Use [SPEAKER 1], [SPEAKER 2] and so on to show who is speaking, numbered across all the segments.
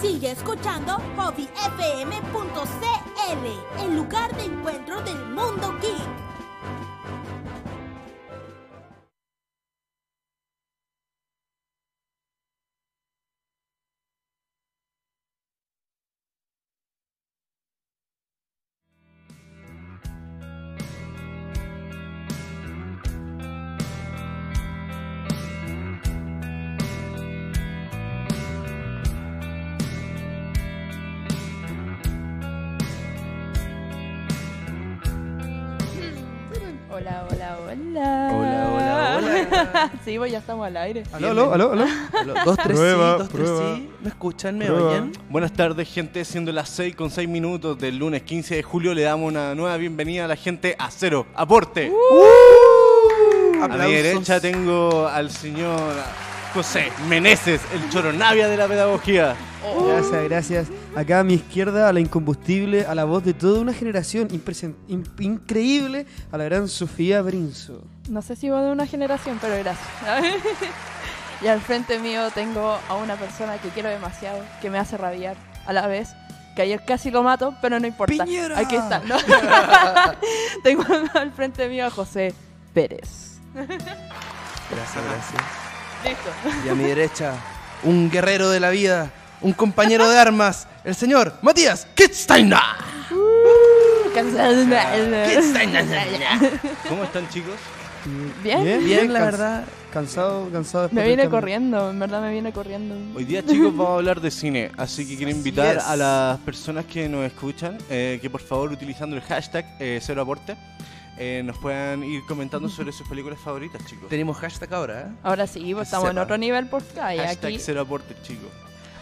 [SPEAKER 1] Sigue escuchando hobbyfm.cl, el lugar de encuentro del mundo geek.
[SPEAKER 2] Hola, hola, hola.
[SPEAKER 3] Hola, hola, hola.
[SPEAKER 2] sí, pues ya estamos al aire.
[SPEAKER 3] Aló,
[SPEAKER 4] Aló, aló, aló, aló.
[SPEAKER 3] aló. Dos, tres,
[SPEAKER 4] Prueba,
[SPEAKER 3] sí, dos,
[SPEAKER 4] prueba,
[SPEAKER 3] tres, sí. ¿Me escuchan? ¿Me
[SPEAKER 4] prueba.
[SPEAKER 3] oyen? Buenas tardes, gente. Siendo las 6 con 6 minutos del lunes 15 de julio, le damos una nueva bienvenida a la gente a cero. Aporte.
[SPEAKER 2] Uh,
[SPEAKER 3] a mi
[SPEAKER 4] Aplausos.
[SPEAKER 3] derecha tengo al señor José Meneses, el choronavia de la pedagogía.
[SPEAKER 4] Gracias, gracias. Acá a mi izquierda, a la incombustible, a la voz de toda una generación impresen- in- increíble, a la gran Sofía Brinzo.
[SPEAKER 2] No sé si va de una generación, pero gracias. y al frente mío tengo a una persona que quiero demasiado, que me hace rabiar a la vez. Que ayer casi lo mato, pero no importa.
[SPEAKER 4] ¡Piñera!
[SPEAKER 2] Aquí está. ¿no? tengo al frente mío a José Pérez.
[SPEAKER 5] Gracias, gracias.
[SPEAKER 2] Listo.
[SPEAKER 5] Y a mi derecha, un guerrero de la vida, un compañero de armas, el señor Matías Kitzsteiner.
[SPEAKER 3] ¿Cómo están, chicos?
[SPEAKER 2] Bien,
[SPEAKER 5] Bien, la
[SPEAKER 4] cans-
[SPEAKER 5] verdad.
[SPEAKER 4] Cansado, cansado. después
[SPEAKER 2] Me
[SPEAKER 4] del
[SPEAKER 2] viene
[SPEAKER 4] cambio.
[SPEAKER 2] corriendo, en verdad me viene corriendo.
[SPEAKER 3] Hoy día, chicos, vamos a hablar de cine. Así que quiero invitar
[SPEAKER 5] Yes.
[SPEAKER 3] a las personas que nos escuchan eh, que, por favor, utilizando el hashtag eh, cero aporte, eh, nos puedan ir comentando sobre sus películas favoritas, chicos.
[SPEAKER 5] Tenemos hashtag ahora, ¿eh?
[SPEAKER 2] Ahora sí, pues, estamos en
[SPEAKER 5] Sepa.
[SPEAKER 2] otro nivel por calle
[SPEAKER 3] Hashtag
[SPEAKER 2] aquí.
[SPEAKER 3] cero aporte, chicos.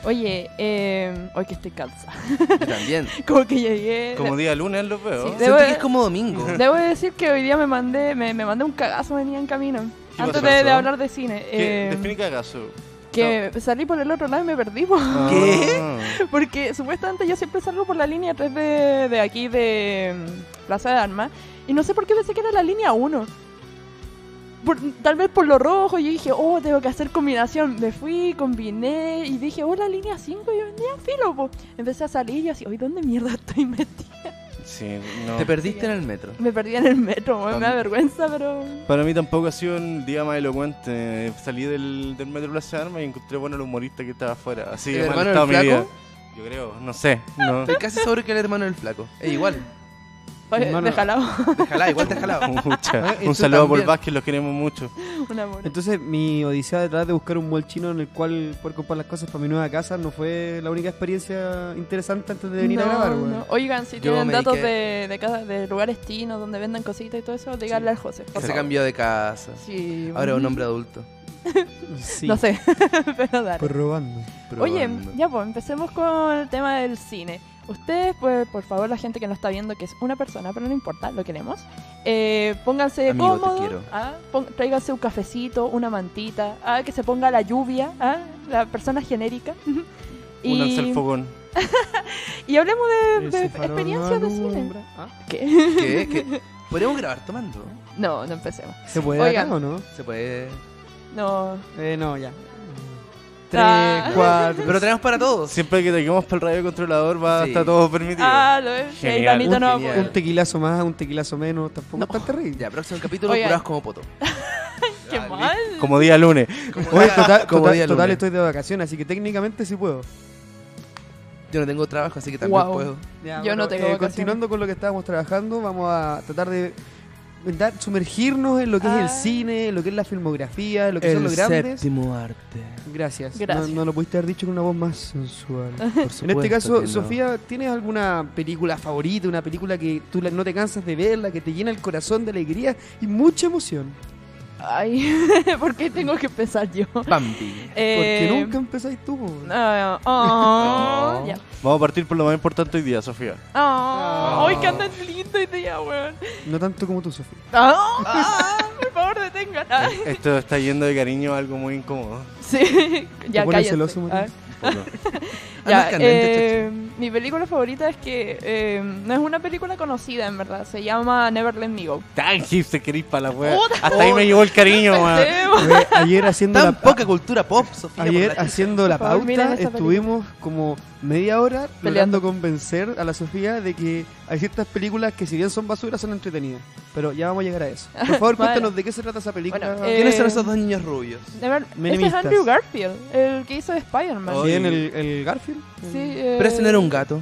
[SPEAKER 2] Oye, eh, hoy que estoy cansada.
[SPEAKER 5] Yo también.
[SPEAKER 2] Como que llegué.
[SPEAKER 3] Como día lunes los veo.
[SPEAKER 2] Eh, Sí,
[SPEAKER 5] Siento
[SPEAKER 2] Debo-
[SPEAKER 5] que es como domingo.
[SPEAKER 2] Debo decir que hoy día me mandé, me, me mandé un cagazo venía en camino.
[SPEAKER 3] ¿Qué
[SPEAKER 2] Antes
[SPEAKER 3] pasó?
[SPEAKER 2] de, de hablar de cine.
[SPEAKER 3] ¿Qué?
[SPEAKER 2] eh,
[SPEAKER 3] Define cagazo.
[SPEAKER 2] que salí por el otro lado y me perdí. po.
[SPEAKER 3] ¿Qué?
[SPEAKER 2] Porque supuestamente yo siempre salgo por la línea 3 de, de aquí de mm, Plaza de Armas. Y no sé por qué pensé que era la línea 1. Por- tal vez por lo rojo, yo dije, oh, tengo que hacer combinación. Me fui, combiné y dije, oh, la línea 5. Y yo venía filo, po". Empecé a salir y yo así, hoy, ¿dónde mierda estoy metida?
[SPEAKER 3] Sí, no.
[SPEAKER 5] Te perdiste en el metro.
[SPEAKER 2] Me perdí en el metro, weón, me da
[SPEAKER 3] Am-
[SPEAKER 2] vergüenza, pero.
[SPEAKER 3] Para mí tampoco ha sido el día más elocuente. Salí del, del metro Plaza de Armas y encontré bueno el humorista que estaba afuera. Así
[SPEAKER 5] ¿El
[SPEAKER 3] que mal
[SPEAKER 5] hermano
[SPEAKER 3] estado mi
[SPEAKER 5] del
[SPEAKER 3] vida.
[SPEAKER 5] flaco?
[SPEAKER 3] Yo creo, no sé. No.
[SPEAKER 5] Estoy casi seguro que el hermano del flaco. Es igual.
[SPEAKER 2] Oye,
[SPEAKER 4] Hermano-
[SPEAKER 2] déjala,
[SPEAKER 5] Déjala, igual déjala.
[SPEAKER 3] Pucha.
[SPEAKER 4] Ah, y tú
[SPEAKER 3] Un saludo por
[SPEAKER 5] también.
[SPEAKER 3] Vázquez, los queremos mucho.
[SPEAKER 2] un amor.
[SPEAKER 5] Este
[SPEAKER 4] Entonces, mi odisea detrás de buscar un mall chino en el cual poder comprar las cosas para mi nueva casa no fue la única experiencia interesante antes de venir
[SPEAKER 2] No,
[SPEAKER 4] a grabar, weón.
[SPEAKER 2] no. Oigan, si
[SPEAKER 5] Yo
[SPEAKER 2] tienen
[SPEAKER 5] me
[SPEAKER 2] datos
[SPEAKER 5] dediqué-
[SPEAKER 2] de, de, cada- de lugares chinos donde vendan cositas y todo eso, díganle al José. por
[SPEAKER 5] Que se
[SPEAKER 2] favor.
[SPEAKER 5] cambió de casa.
[SPEAKER 2] Sí,
[SPEAKER 5] Ahora es un hombre adulto.
[SPEAKER 4] Sí,
[SPEAKER 2] No sé, pero dale.
[SPEAKER 4] Por robando.
[SPEAKER 2] Oye,
[SPEAKER 5] Probando.
[SPEAKER 2] ya pues, empecemos con el tema del cine. Ustedes, pues, por favor, la gente que nos está viendo, que es una persona, pero no importa, lo queremos. eh, pónganse
[SPEAKER 5] Amigo, te
[SPEAKER 2] cómodos,
[SPEAKER 5] quiero.
[SPEAKER 2] ah, pon- tráiganse un cafecito, una mantita, ah, que se ponga la lluvia, ah, la persona genérica.
[SPEAKER 3] Únanse
[SPEAKER 2] y,
[SPEAKER 3] al fogón.
[SPEAKER 2] y hablemos de, de experiencias de cine. ¿Ah? ¿Qué?
[SPEAKER 5] ¿Qué? ¿Qué? ¿Podríamos grabar tomando?
[SPEAKER 2] No, no empecemos.
[SPEAKER 4] ¿Se puede
[SPEAKER 2] Oigan.
[SPEAKER 4] acá o no?
[SPEAKER 5] Se puede.
[SPEAKER 2] No,
[SPEAKER 4] Eh, no, ya. Tres,
[SPEAKER 2] Ah.
[SPEAKER 4] cuatro.
[SPEAKER 5] Pero tenemos para todos.
[SPEAKER 3] Siempre que traigamos para el radio controlador va a
[SPEAKER 5] Sí.
[SPEAKER 3] estar todo permitido.
[SPEAKER 2] Ah, lo es.
[SPEAKER 3] Genial.
[SPEAKER 2] El Danito
[SPEAKER 5] Un
[SPEAKER 2] no va a
[SPEAKER 5] genial.
[SPEAKER 4] Un
[SPEAKER 2] poder.
[SPEAKER 4] tequilazo más, un tequilazo menos, tampoco es tan terrible.
[SPEAKER 5] Ya, próximo capítulo,
[SPEAKER 2] Oigan.
[SPEAKER 5] curados como poto.
[SPEAKER 2] Qué
[SPEAKER 5] Ah,
[SPEAKER 2] mal.
[SPEAKER 3] Como día lunes.
[SPEAKER 4] Oye, total,
[SPEAKER 5] Como
[SPEAKER 4] total-
[SPEAKER 5] día
[SPEAKER 4] total
[SPEAKER 5] lunes.
[SPEAKER 4] estoy de vacaciones, así que técnicamente sí puedo.
[SPEAKER 5] Yo no tengo trabajo, así que también
[SPEAKER 2] Guau.
[SPEAKER 5] puedo.
[SPEAKER 4] Ya, eh,
[SPEAKER 2] Yo no tengo vacaciones.
[SPEAKER 4] Continuando con lo que estábamos trabajando, vamos a tratar de dar- sumergirnos en lo que es
[SPEAKER 2] Ah.
[SPEAKER 4] el cine, en lo que es la filmografía, en lo que son los grandes.
[SPEAKER 5] arte.
[SPEAKER 4] Gracias.
[SPEAKER 2] Gracias.
[SPEAKER 4] No, no lo pudiste haber dicho con una voz más sensual. En este caso, Sofía, ¿tienes alguna película favorita, una película que tú la- no te cansas de verla, que te llena el corazón de alegría y mucha emoción?
[SPEAKER 2] Ay, ¿por qué tengo que empezar yo?
[SPEAKER 5] Bambi.
[SPEAKER 2] Eh,
[SPEAKER 4] Porque nunca empezáis tú. po.
[SPEAKER 2] ah, oh,
[SPEAKER 5] No.
[SPEAKER 2] ya.
[SPEAKER 3] Vamos a partir por lo más importante hoy día, Sofía.
[SPEAKER 2] Oh,
[SPEAKER 4] Oh.
[SPEAKER 2] Ay, que andan lindo hoy día, weón.
[SPEAKER 4] No tanto como tú, Sofía.
[SPEAKER 2] Ah, ah, por favor, detengan. Ah,
[SPEAKER 3] Esto está yendo de cariño a algo muy incómodo.
[SPEAKER 2] sí, ya
[SPEAKER 4] pones
[SPEAKER 2] cállense.
[SPEAKER 4] celoso, Matías?
[SPEAKER 2] Ah,
[SPEAKER 3] Un poco.
[SPEAKER 2] ya,
[SPEAKER 5] Andas candente,
[SPEAKER 2] eh, Mi película favorita es que eh, no es una película conocida, en verdad. Se llama Never Let Me Go.
[SPEAKER 3] Tan hipster querís para la wea.
[SPEAKER 2] Puta.
[SPEAKER 3] Hasta ahí me llegó el cariño, weón.
[SPEAKER 2] Pensemos.
[SPEAKER 4] Oye, Eh, ayer haciendo
[SPEAKER 5] Tan
[SPEAKER 4] la
[SPEAKER 5] poca cultura pop, Sofía. por
[SPEAKER 4] Ayer
[SPEAKER 5] la chucha.
[SPEAKER 4] haciendo la
[SPEAKER 2] Por favor, miren
[SPEAKER 4] pauta
[SPEAKER 2] esta
[SPEAKER 4] estuvimos como media hora
[SPEAKER 2] Peleando.
[SPEAKER 4] logrando convencer a la Sofía de que hay ciertas películas que si bien son basuras son entretenidas. Pero ya vamos a llegar a eso. Por favor,
[SPEAKER 2] Vale.
[SPEAKER 4] cuéntanos de qué se trata esa película.
[SPEAKER 2] Bueno, eh,
[SPEAKER 5] ¿Quiénes son esos dos niños rubios?
[SPEAKER 2] Never- Ese es
[SPEAKER 4] Minimistas.
[SPEAKER 2] Andrew Garfield, el que hizo de Spider-Man.
[SPEAKER 5] Oh,
[SPEAKER 4] ¿Quién, el, el Garfield?
[SPEAKER 2] Sí, eh,
[SPEAKER 5] Pero ese no era un gato.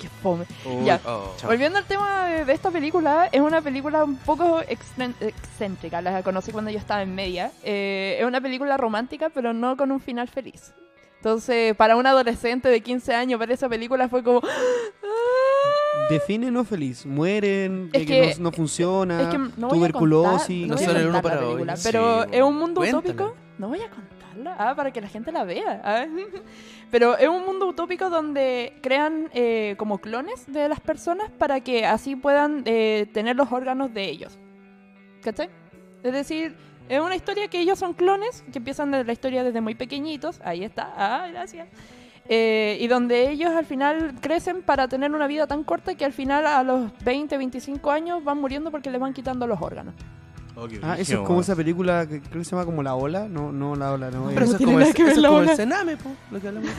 [SPEAKER 2] qué fome.
[SPEAKER 3] Uy,
[SPEAKER 2] Ya.
[SPEAKER 5] Oh.
[SPEAKER 3] chao.
[SPEAKER 2] Volviendo al tema de, de esta película, es una película un poco excen- excéntrica, la conocí cuando yo estaba en media. Eh, es una película romántica, pero no con un final feliz. Entonces, para un adolescente de 15 años ver esa película fue como... ¡Ah!
[SPEAKER 4] Define no feliz. Mueren, de
[SPEAKER 2] Es
[SPEAKER 4] que,
[SPEAKER 2] que-
[SPEAKER 4] no, no funciona,
[SPEAKER 2] es que no voy a
[SPEAKER 4] tuberculosis.
[SPEAKER 2] contar- no
[SPEAKER 5] No
[SPEAKER 2] voy a
[SPEAKER 5] son el uno
[SPEAKER 2] contar la
[SPEAKER 5] para hoy.
[SPEAKER 2] película,
[SPEAKER 5] Sí,
[SPEAKER 2] Pero
[SPEAKER 5] bueno.
[SPEAKER 2] es un mundo
[SPEAKER 5] Cuéntala.
[SPEAKER 2] utópico. No voy a contarla. Ah, para que la gente la vea. ah. Pero es un mundo utópico donde crean eh, como clones de las personas para que así puedan eh, tener los órganos de ellos. ¿Cachai? Es decir, es una historia que ellos son clones, que empiezan desde la historia desde muy pequeñitos. Ahí está. Ah, gracias. Eh, y donde ellos al final crecen para tener una vida tan corta que al final a los 20, 25 años van muriendo porque les van quitando los órganos.
[SPEAKER 3] Oh, qué
[SPEAKER 4] Ah, eso
[SPEAKER 3] brígido,
[SPEAKER 4] es como
[SPEAKER 3] weón.
[SPEAKER 4] esa película que creo que se llama como La Ola. No, no La Ola, no.
[SPEAKER 5] Pero
[SPEAKER 4] eh.
[SPEAKER 5] eso
[SPEAKER 2] no
[SPEAKER 5] es
[SPEAKER 2] tiene
[SPEAKER 5] como
[SPEAKER 2] nada
[SPEAKER 5] el,
[SPEAKER 2] que ver
[SPEAKER 5] eso es
[SPEAKER 2] la
[SPEAKER 5] como el
[SPEAKER 2] bola.
[SPEAKER 5] cename, po, lo que hablamos.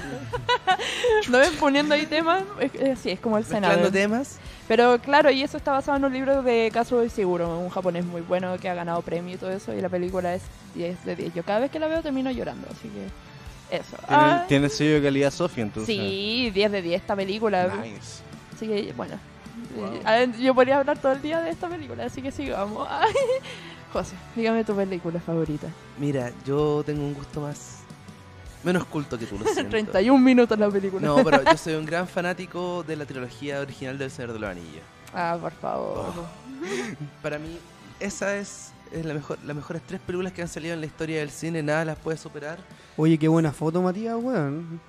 [SPEAKER 2] No ven poniendo ahí temas, es- es- sí, es como el Senado.
[SPEAKER 5] Mezclando temas.
[SPEAKER 2] Pero claro, y eso está basado en un libro de Kazuo Ishiguro, un japonés muy bueno que ha ganado premio y todo eso, y la película es 10 de 10. Yo cada vez que la veo termino llorando, así que eso.
[SPEAKER 3] Tiene,
[SPEAKER 2] Ah,
[SPEAKER 3] tiene sello de calidad Sofía, entonces.
[SPEAKER 2] sí, 10 de 10 esta película.
[SPEAKER 3] Nice.
[SPEAKER 2] Así que, bueno. Eh, a ver, Yo podría hablar todo el día de esta película, así que sigamos. Ay, José, dígame tu película favorita.
[SPEAKER 5] Mira, yo tengo un gusto más. Menos culto que tú, lo siento.
[SPEAKER 2] 31 minutos la película.
[SPEAKER 5] No, pero yo soy un gran fanático de la trilogía original del Señor de los Anillos.
[SPEAKER 2] Ah, por favor.
[SPEAKER 5] Para mí, esa es, es la mejor, las mejores tres películas que han salido en la historia del cine. Nada las puede superar.
[SPEAKER 4] Oye, qué buena foto, Matías, weón.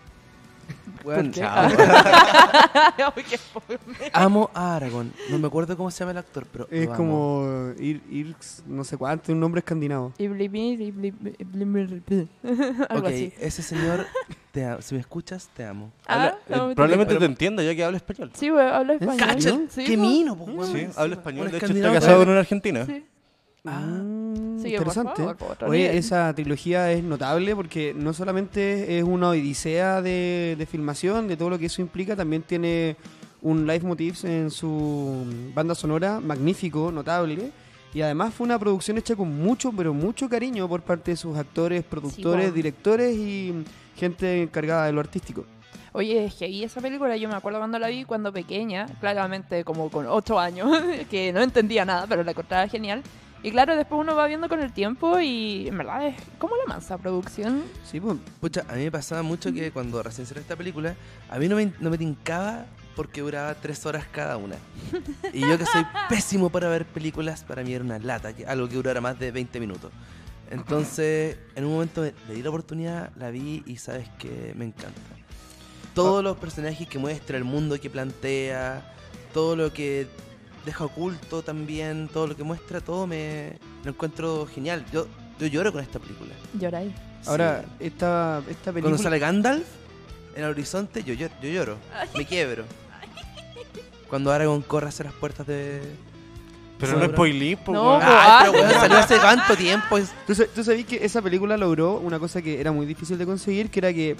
[SPEAKER 5] Weón,
[SPEAKER 2] qué?
[SPEAKER 5] chao.
[SPEAKER 3] Ah.
[SPEAKER 2] Ay, qué fome.
[SPEAKER 5] Amo a Aragorn. No me acuerdo cómo se llama el actor, pero
[SPEAKER 4] Es
[SPEAKER 5] lo amo.
[SPEAKER 4] como Ir, Irks, no sé cuánto, un nombre escandinavo.
[SPEAKER 2] Y blimir, y blimir, y blimir. Algo
[SPEAKER 5] Ok,
[SPEAKER 2] así.
[SPEAKER 5] ese señor, te am- si me escuchas, te amo.
[SPEAKER 2] Ah,
[SPEAKER 3] Habla-
[SPEAKER 2] no,
[SPEAKER 3] eh, probablemente
[SPEAKER 5] pero-
[SPEAKER 3] te entienda ya que habla español.
[SPEAKER 2] Sí, güey, habla español.
[SPEAKER 4] ¿Cacha?
[SPEAKER 2] Sí,
[SPEAKER 5] ¡Qué
[SPEAKER 2] po.
[SPEAKER 5] mino, po, weón!
[SPEAKER 3] Sí,
[SPEAKER 5] Encima.
[SPEAKER 3] habla español.
[SPEAKER 5] Un
[SPEAKER 3] De hecho, está
[SPEAKER 5] escandinavo,
[SPEAKER 3] casado
[SPEAKER 5] weón.
[SPEAKER 3] con una argentina.
[SPEAKER 2] Sí.
[SPEAKER 5] Ah,
[SPEAKER 4] Mm,
[SPEAKER 2] Sí, que por
[SPEAKER 4] interesante.
[SPEAKER 2] favor, por otro
[SPEAKER 4] Oye,
[SPEAKER 2] nivel.
[SPEAKER 4] esa trilogía es notable porque no solamente es una odisea de, de filmación, de todo lo que eso implica, también tiene un live motifs en su banda sonora magnífico, notable. Y además fue una producción hecha con mucho, pero mucho cariño por parte de sus actores, productores,
[SPEAKER 2] bueno.
[SPEAKER 4] directores y gente encargada de lo artístico.
[SPEAKER 2] Oye, es que vi esa película, yo me acuerdo cuando la vi cuando pequeña, claramente como con 8 años, que no entendía nada, pero la encontraba genial. Y claro, después uno va viendo con el tiempo y en verdad es como la mansa producción.
[SPEAKER 4] Sí, pues,
[SPEAKER 5] Pucha, a mí me pasaba mucho que cuando recién salió esta película, a mí no me, no me tincaba porque duraba tres horas cada una. Y yo que soy pésimo para ver películas, para mí era una lata, que, algo que durara más de 20 minutos. Entonces, en un momento me- le di la oportunidad, la vi y sabes que me encanta. Todos los personajes que muestra, el mundo que plantea, todo lo que deja oculto también, todo lo que muestra, todo me lo encuentro genial. Yo, yo lloro con esta película.
[SPEAKER 2] Lloráis.
[SPEAKER 4] ahora
[SPEAKER 5] Sí.
[SPEAKER 4] esta, esta película...
[SPEAKER 5] Cuando sale Gandalf en el horizonte, yo, yo, yo lloro. Me quiebro. Cuando Aragorn corre hacia las puertas de.
[SPEAKER 3] Pero
[SPEAKER 5] Seguro.
[SPEAKER 3] no spoilí, po,
[SPEAKER 2] No,
[SPEAKER 3] weón.
[SPEAKER 2] po.
[SPEAKER 5] Ay, pero weón, salió hace tanto tiempo. es-
[SPEAKER 4] ¿Tú, sa- tú sabías que esa película logró una cosa que era muy difícil de conseguir, que era que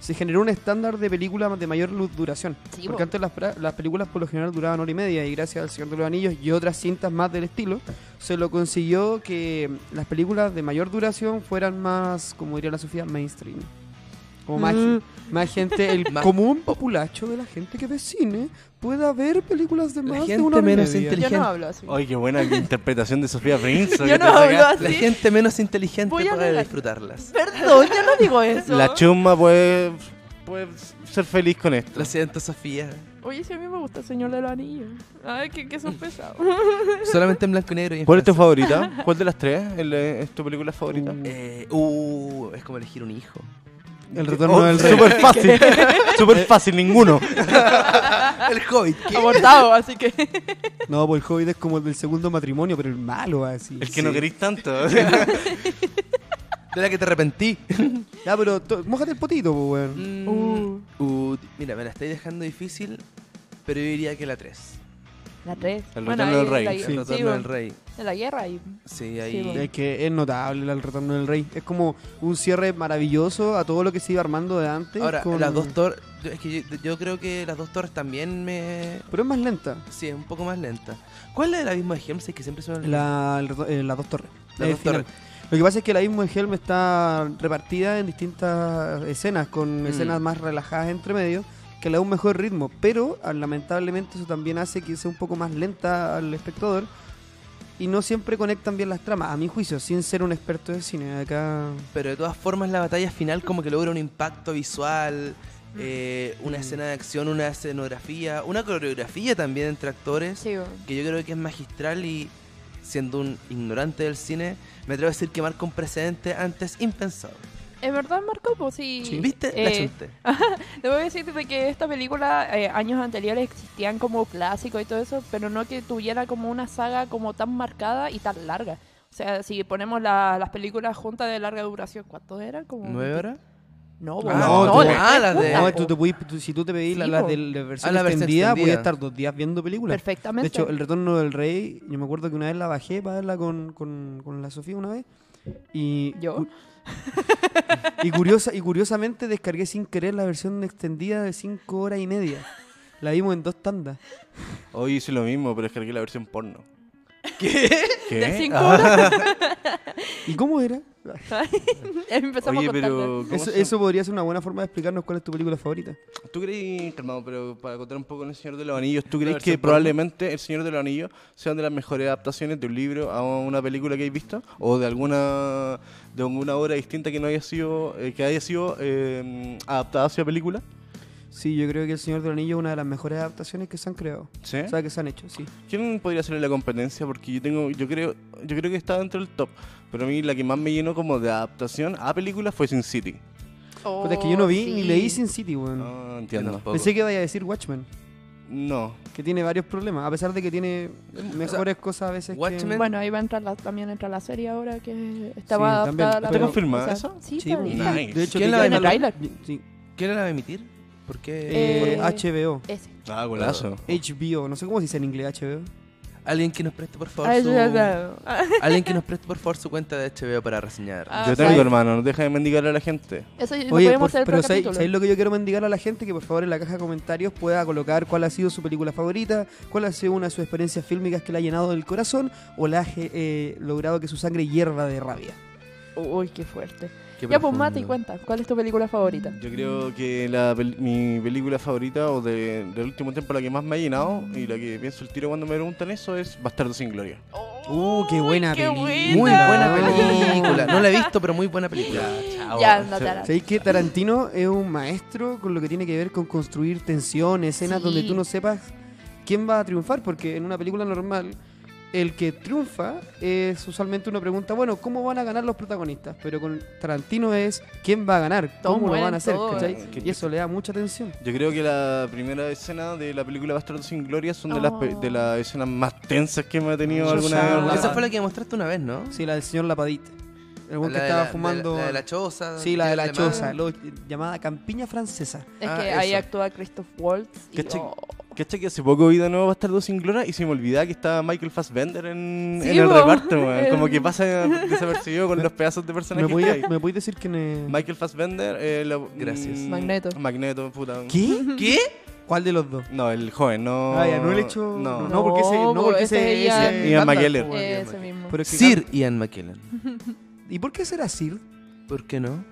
[SPEAKER 4] se generó un estándar de película de mayor lu- duración.
[SPEAKER 2] Sí, po.
[SPEAKER 4] Porque antes las, pra- las películas por lo general duraban hora y media y gracias al Señor de los Anillos y otras cintas más del estilo, se lo consiguió que las películas de mayor duración fueran más, como diría la Sofía, mainstream. Como más, gen- más gente, el
[SPEAKER 5] Mm. Más
[SPEAKER 4] común populacho de la gente que ve cine pueda ver películas de
[SPEAKER 5] La
[SPEAKER 4] más de
[SPEAKER 5] gente
[SPEAKER 4] una hora y
[SPEAKER 5] menos
[SPEAKER 4] media.
[SPEAKER 5] inteligente.
[SPEAKER 2] Yo no hablo así.
[SPEAKER 3] Ay, qué buena interpretación de Sofía Prince.
[SPEAKER 2] Yo no hablo así.
[SPEAKER 5] La gente menos inteligente
[SPEAKER 2] Voy a
[SPEAKER 5] puede
[SPEAKER 2] hablar.
[SPEAKER 5] disfrutarlas.
[SPEAKER 2] Perdón, yo no digo eso.
[SPEAKER 3] La chumba puede, puede ser feliz con esto.
[SPEAKER 5] Lo siento, Sofía.
[SPEAKER 2] Oye, si a mí me gusta el Señor de los Anillos. Ay, qué, qué sorpresa.
[SPEAKER 5] Solamente en blanco y negro. Y en
[SPEAKER 3] ¿Cuál es tu
[SPEAKER 5] francés.
[SPEAKER 3] favorita? ¿Cuál de las tres El, eh, es tu película favorita?
[SPEAKER 5] Eh, uh, es como elegir un hijo.
[SPEAKER 4] El retorno del rey.
[SPEAKER 3] Súper fácil. Súper fácil, ninguno.
[SPEAKER 5] El hobbit. ¿qué?
[SPEAKER 2] Abortado, así que.
[SPEAKER 4] No, pues el Hobbit es como el del segundo matrimonio, pero el malo así.
[SPEAKER 3] El que no
[SPEAKER 4] Sí.
[SPEAKER 3] queréis tanto.
[SPEAKER 5] de la que te arrepentí.
[SPEAKER 4] Ya, pero to- mójate el potito, pues, weón.
[SPEAKER 5] Mm.
[SPEAKER 2] Uh.
[SPEAKER 5] Uh, mira, me la estáis dejando difícil, pero yo diría que la 3.
[SPEAKER 2] La 3.
[SPEAKER 3] El retorno del rey.
[SPEAKER 2] La,
[SPEAKER 3] Sí.
[SPEAKER 5] El
[SPEAKER 2] sí,
[SPEAKER 5] retorno
[SPEAKER 2] bueno,
[SPEAKER 5] del rey.
[SPEAKER 2] de la guerra y
[SPEAKER 5] Sí,
[SPEAKER 2] Sí,
[SPEAKER 5] ahí.
[SPEAKER 2] bueno.
[SPEAKER 4] Es que es notable el retorno del rey. Es como un cierre maravilloso a todo lo que se iba armando de antes.
[SPEAKER 5] Ahora,
[SPEAKER 4] con-
[SPEAKER 5] las dos torres. Es que yo, yo creo que las dos torres también me.
[SPEAKER 4] Pero es más lenta.
[SPEAKER 5] Sí, es un poco más lenta. ¿Cuál es el abismo de Helms? Es que siempre se me olvida.
[SPEAKER 4] La- el reto- eh, las dos torres.
[SPEAKER 5] Las
[SPEAKER 4] Eh,
[SPEAKER 5] dos
[SPEAKER 4] final.
[SPEAKER 5] torres.
[SPEAKER 4] Lo que pasa es que la misma Helm está repartida en distintas escenas, con
[SPEAKER 5] Mm.
[SPEAKER 4] escenas más relajadas entre medio, que le da un mejor ritmo. Pero ah, lamentablemente eso también hace que sea un poco más lenta al espectador. Y no siempre conectan bien las tramas, a mi juicio, sin ser un experto de cine. Acá
[SPEAKER 5] Pero de todas formas, la batalla final como que logra un impacto visual,
[SPEAKER 2] Mm.
[SPEAKER 5] eh, una escena de acción, una escenografía, una coreografía también entre actores,
[SPEAKER 2] sí, bueno.
[SPEAKER 5] que yo creo que es magistral y siendo un ignorante del cine, me atrevo a decir que marca un precedente antes impensado.
[SPEAKER 2] En verdad, Marco, pues sí.
[SPEAKER 5] ¿Viste? La
[SPEAKER 2] eh,
[SPEAKER 5] chunté.
[SPEAKER 2] Debo decirte de que esta película eh, años anteriores existían como clásicos y todo eso, pero no que tuviera como una saga como tan marcada y tan larga. O sea, si ponemos la- las películas juntas de larga duración, ¿cuántos eran? Como...
[SPEAKER 5] ¿Nueve horas?
[SPEAKER 2] No,
[SPEAKER 4] Ah,
[SPEAKER 2] no,
[SPEAKER 4] no,
[SPEAKER 2] no,
[SPEAKER 4] tú-
[SPEAKER 2] las
[SPEAKER 5] ah,
[SPEAKER 2] tres
[SPEAKER 5] las de-
[SPEAKER 2] juntas,
[SPEAKER 4] No,
[SPEAKER 2] po.
[SPEAKER 4] tú te pudiste- tú- si tú te pedís la,
[SPEAKER 2] Sí,
[SPEAKER 4] la
[SPEAKER 2] po.
[SPEAKER 4] del- la versión
[SPEAKER 5] Ah, la versión
[SPEAKER 4] extendida,
[SPEAKER 5] extendida.
[SPEAKER 4] voy a estar dos días viendo películas. De
[SPEAKER 2] Perfectamente.
[SPEAKER 4] hecho, El Retorno del Rey, yo me acuerdo que una vez la bajé para verla con, con- con la Sofía una vez. Y,
[SPEAKER 2] Yo.
[SPEAKER 4] cu- y, curiosa, y curiosamente descargué sin querer la versión extendida de cinco horas y media. La vimos en dos tandas.
[SPEAKER 3] Hoy hice lo mismo, pero descargué la versión porno. ¿Qué? Ah.
[SPEAKER 2] De cinco horas.
[SPEAKER 4] ¿Y cómo era?
[SPEAKER 2] Empezamos
[SPEAKER 3] Oye,
[SPEAKER 2] a
[SPEAKER 3] pero. ¿cómo
[SPEAKER 4] Eso,
[SPEAKER 3] se-
[SPEAKER 4] eso podría ser una buena forma de explicarnos cuál es tu película favorita.
[SPEAKER 3] ¿Tú crees, calmado, pero para contar un poco en El Señor de los Anillos, ¿tú crees
[SPEAKER 5] versión
[SPEAKER 3] que
[SPEAKER 5] porno.
[SPEAKER 3] probablemente El Señor de los Anillos sea una de las mejores adaptaciones de un libro a una película que hayas visto? ¿O de alguna de alguna obra distinta que no haya sido eh, que haya sido eh, adaptada hacia película?
[SPEAKER 4] Sí, yo creo que El Señor del Anillo es una de las mejores adaptaciones que se han creado.
[SPEAKER 3] ¿Sí?
[SPEAKER 4] O sea, que se han hecho, sí.
[SPEAKER 3] ¿Quién podría ser la competencia? Porque yo tengo, yo creo, yo creo que está dentro del top. Pero a mí la que más me llenó como de adaptación a película fue Sin City.
[SPEAKER 2] Oh,
[SPEAKER 4] Puta, es que yo no vi ni leí Sin City, weón.
[SPEAKER 3] No entiendo.
[SPEAKER 5] Tampoco.
[SPEAKER 4] Pensé que vaya a decir Watchmen.
[SPEAKER 3] No.
[SPEAKER 4] que tiene varios problemas, a pesar de que tiene mejores cosas a veces. que-
[SPEAKER 5] Watchmen-
[SPEAKER 2] Bueno, ahí va a entrar la- también entra la serie ahora que
[SPEAKER 4] Sí,
[SPEAKER 2] estaba
[SPEAKER 4] también.
[SPEAKER 2] adaptada a la
[SPEAKER 4] ¿Está
[SPEAKER 2] película.
[SPEAKER 3] confirmada
[SPEAKER 2] O sea,
[SPEAKER 3] eso?
[SPEAKER 2] Sí,
[SPEAKER 4] Sí,
[SPEAKER 2] está
[SPEAKER 4] pues,
[SPEAKER 2] lista.
[SPEAKER 3] Nice.
[SPEAKER 4] De hecho,
[SPEAKER 5] ¿Quién
[SPEAKER 4] te-
[SPEAKER 5] la ve
[SPEAKER 2] en el tráiler?
[SPEAKER 4] Sí.
[SPEAKER 5] ¿Quién la va a emitir? ¿Por qué?
[SPEAKER 4] Eh,
[SPEAKER 2] Eh,
[SPEAKER 4] HBO.
[SPEAKER 2] Ese.
[SPEAKER 3] Ah, golazo.
[SPEAKER 4] HBO, no sé cómo se dice en inglés HBO.
[SPEAKER 5] Alguien que nos preste por favor
[SPEAKER 2] Ah,
[SPEAKER 5] su...
[SPEAKER 2] ya, ya. Ah,
[SPEAKER 5] Alguien que nos preste por favor su cuenta de HBO para reseñar.
[SPEAKER 2] Ah,
[SPEAKER 3] yo
[SPEAKER 2] ¿sabes?
[SPEAKER 3] tengo, hermano, no deja de mendigar a la gente.
[SPEAKER 2] Eso lo
[SPEAKER 4] Oye,
[SPEAKER 2] podemos
[SPEAKER 4] por-
[SPEAKER 2] hacer el
[SPEAKER 4] pero
[SPEAKER 2] otro
[SPEAKER 4] ¿sabéis
[SPEAKER 2] capítulo.
[SPEAKER 4] sabéis lo que yo quiero mendigar a la gente? Que por favor en la caja de comentarios pueda colocar cuál ha sido su película favorita, cuál ha sido una de sus experiencias fílmicas que le ha llenado del corazón o le ha eh, logrado que su sangre hierva de rabia.
[SPEAKER 2] Uy, qué fuerte.
[SPEAKER 5] Qué
[SPEAKER 2] ya, pues
[SPEAKER 5] profundo.
[SPEAKER 2] mate y cuenta, ¿cuál es tu película favorita?
[SPEAKER 3] Yo creo que la pel- mi película favorita o de- del último tiempo la que más me ha llenado y la que pienso el tiro cuando me preguntan eso es Bastardo sin Gloria.
[SPEAKER 4] Uh, qué buena
[SPEAKER 2] qué
[SPEAKER 4] peli-
[SPEAKER 2] buena.
[SPEAKER 5] Muy buena
[SPEAKER 4] Ah.
[SPEAKER 5] película. No la he visto, pero muy buena película.
[SPEAKER 4] Oh,
[SPEAKER 2] Ya, no, ya, ya.
[SPEAKER 4] ¿Sabéis que Tarantino es un maestro con lo que tiene que ver con construir tensión, escenas
[SPEAKER 2] Sí.
[SPEAKER 4] donde tú no sepas quién va a triunfar? Porque en una película normal, el que triunfa es usualmente una pregunta, bueno, ¿cómo van a ganar los protagonistas? Pero con Tarantino es quién va a ganar,
[SPEAKER 2] Todos
[SPEAKER 4] cómo lo van
[SPEAKER 2] mueren,
[SPEAKER 4] a hacer,
[SPEAKER 2] todos,
[SPEAKER 4] ¿cachai?
[SPEAKER 3] sí.
[SPEAKER 4] Y eso le da mucha tensión.
[SPEAKER 3] Yo creo que la primera escena de la película Bastardo sin Gloria son de, las, pe-
[SPEAKER 2] Oh.
[SPEAKER 3] de las escenas más tensas que me ha tenido
[SPEAKER 4] Yo
[SPEAKER 3] alguna
[SPEAKER 4] sé,
[SPEAKER 3] alguna-
[SPEAKER 5] Esa fue la que mostraste una vez, ¿no?
[SPEAKER 4] Sí, la del señor Lapadita. El buen
[SPEAKER 5] La
[SPEAKER 4] que
[SPEAKER 5] de
[SPEAKER 4] estaba
[SPEAKER 5] la-
[SPEAKER 4] fumando...
[SPEAKER 5] La, la de la choza.
[SPEAKER 4] sí, la de la
[SPEAKER 5] alemán.
[SPEAKER 4] choza, lo- llamada campiña francesa.
[SPEAKER 2] Es
[SPEAKER 5] Ah,
[SPEAKER 2] que ahí
[SPEAKER 5] esa.
[SPEAKER 2] actúa Christoph Waltz. Y,
[SPEAKER 3] Cacha-
[SPEAKER 2] oh,
[SPEAKER 3] Cacha que hace poco vi de nuevo Bastardo sin Gloria y se me olvidaba que estaba Michael Fassbender en,
[SPEAKER 2] Sí,
[SPEAKER 3] en el
[SPEAKER 2] po.
[SPEAKER 3] reparto, weón. Como que pasa desapercibido con los pedazos de
[SPEAKER 4] ¿Me
[SPEAKER 3] personajes que hay.
[SPEAKER 4] podías, ¿Me podías decir quién es?
[SPEAKER 3] Michael Fassbender, eh, lo-
[SPEAKER 5] Gracias.
[SPEAKER 3] mm,
[SPEAKER 2] Magneto.
[SPEAKER 3] Magneto, puta.
[SPEAKER 4] ¿Qué?
[SPEAKER 5] ¿Qué?
[SPEAKER 4] ¿Cuál de los dos?
[SPEAKER 3] No, el joven, no.
[SPEAKER 4] Ah, ya, no el hecho.
[SPEAKER 3] No.
[SPEAKER 2] No,
[SPEAKER 4] porque ese.
[SPEAKER 2] po,
[SPEAKER 4] No, porque
[SPEAKER 2] ese
[SPEAKER 4] ese.
[SPEAKER 2] Ian-
[SPEAKER 4] ese
[SPEAKER 3] Ian
[SPEAKER 4] Gandalf,
[SPEAKER 3] McKellen.
[SPEAKER 4] po,
[SPEAKER 2] ese
[SPEAKER 4] weón.
[SPEAKER 2] mismo.
[SPEAKER 4] Pero es que
[SPEAKER 5] Sir
[SPEAKER 4] Gandalf-
[SPEAKER 5] Ian McKellen.
[SPEAKER 4] ¿Y por qué será Sir?
[SPEAKER 5] ¿Por qué no?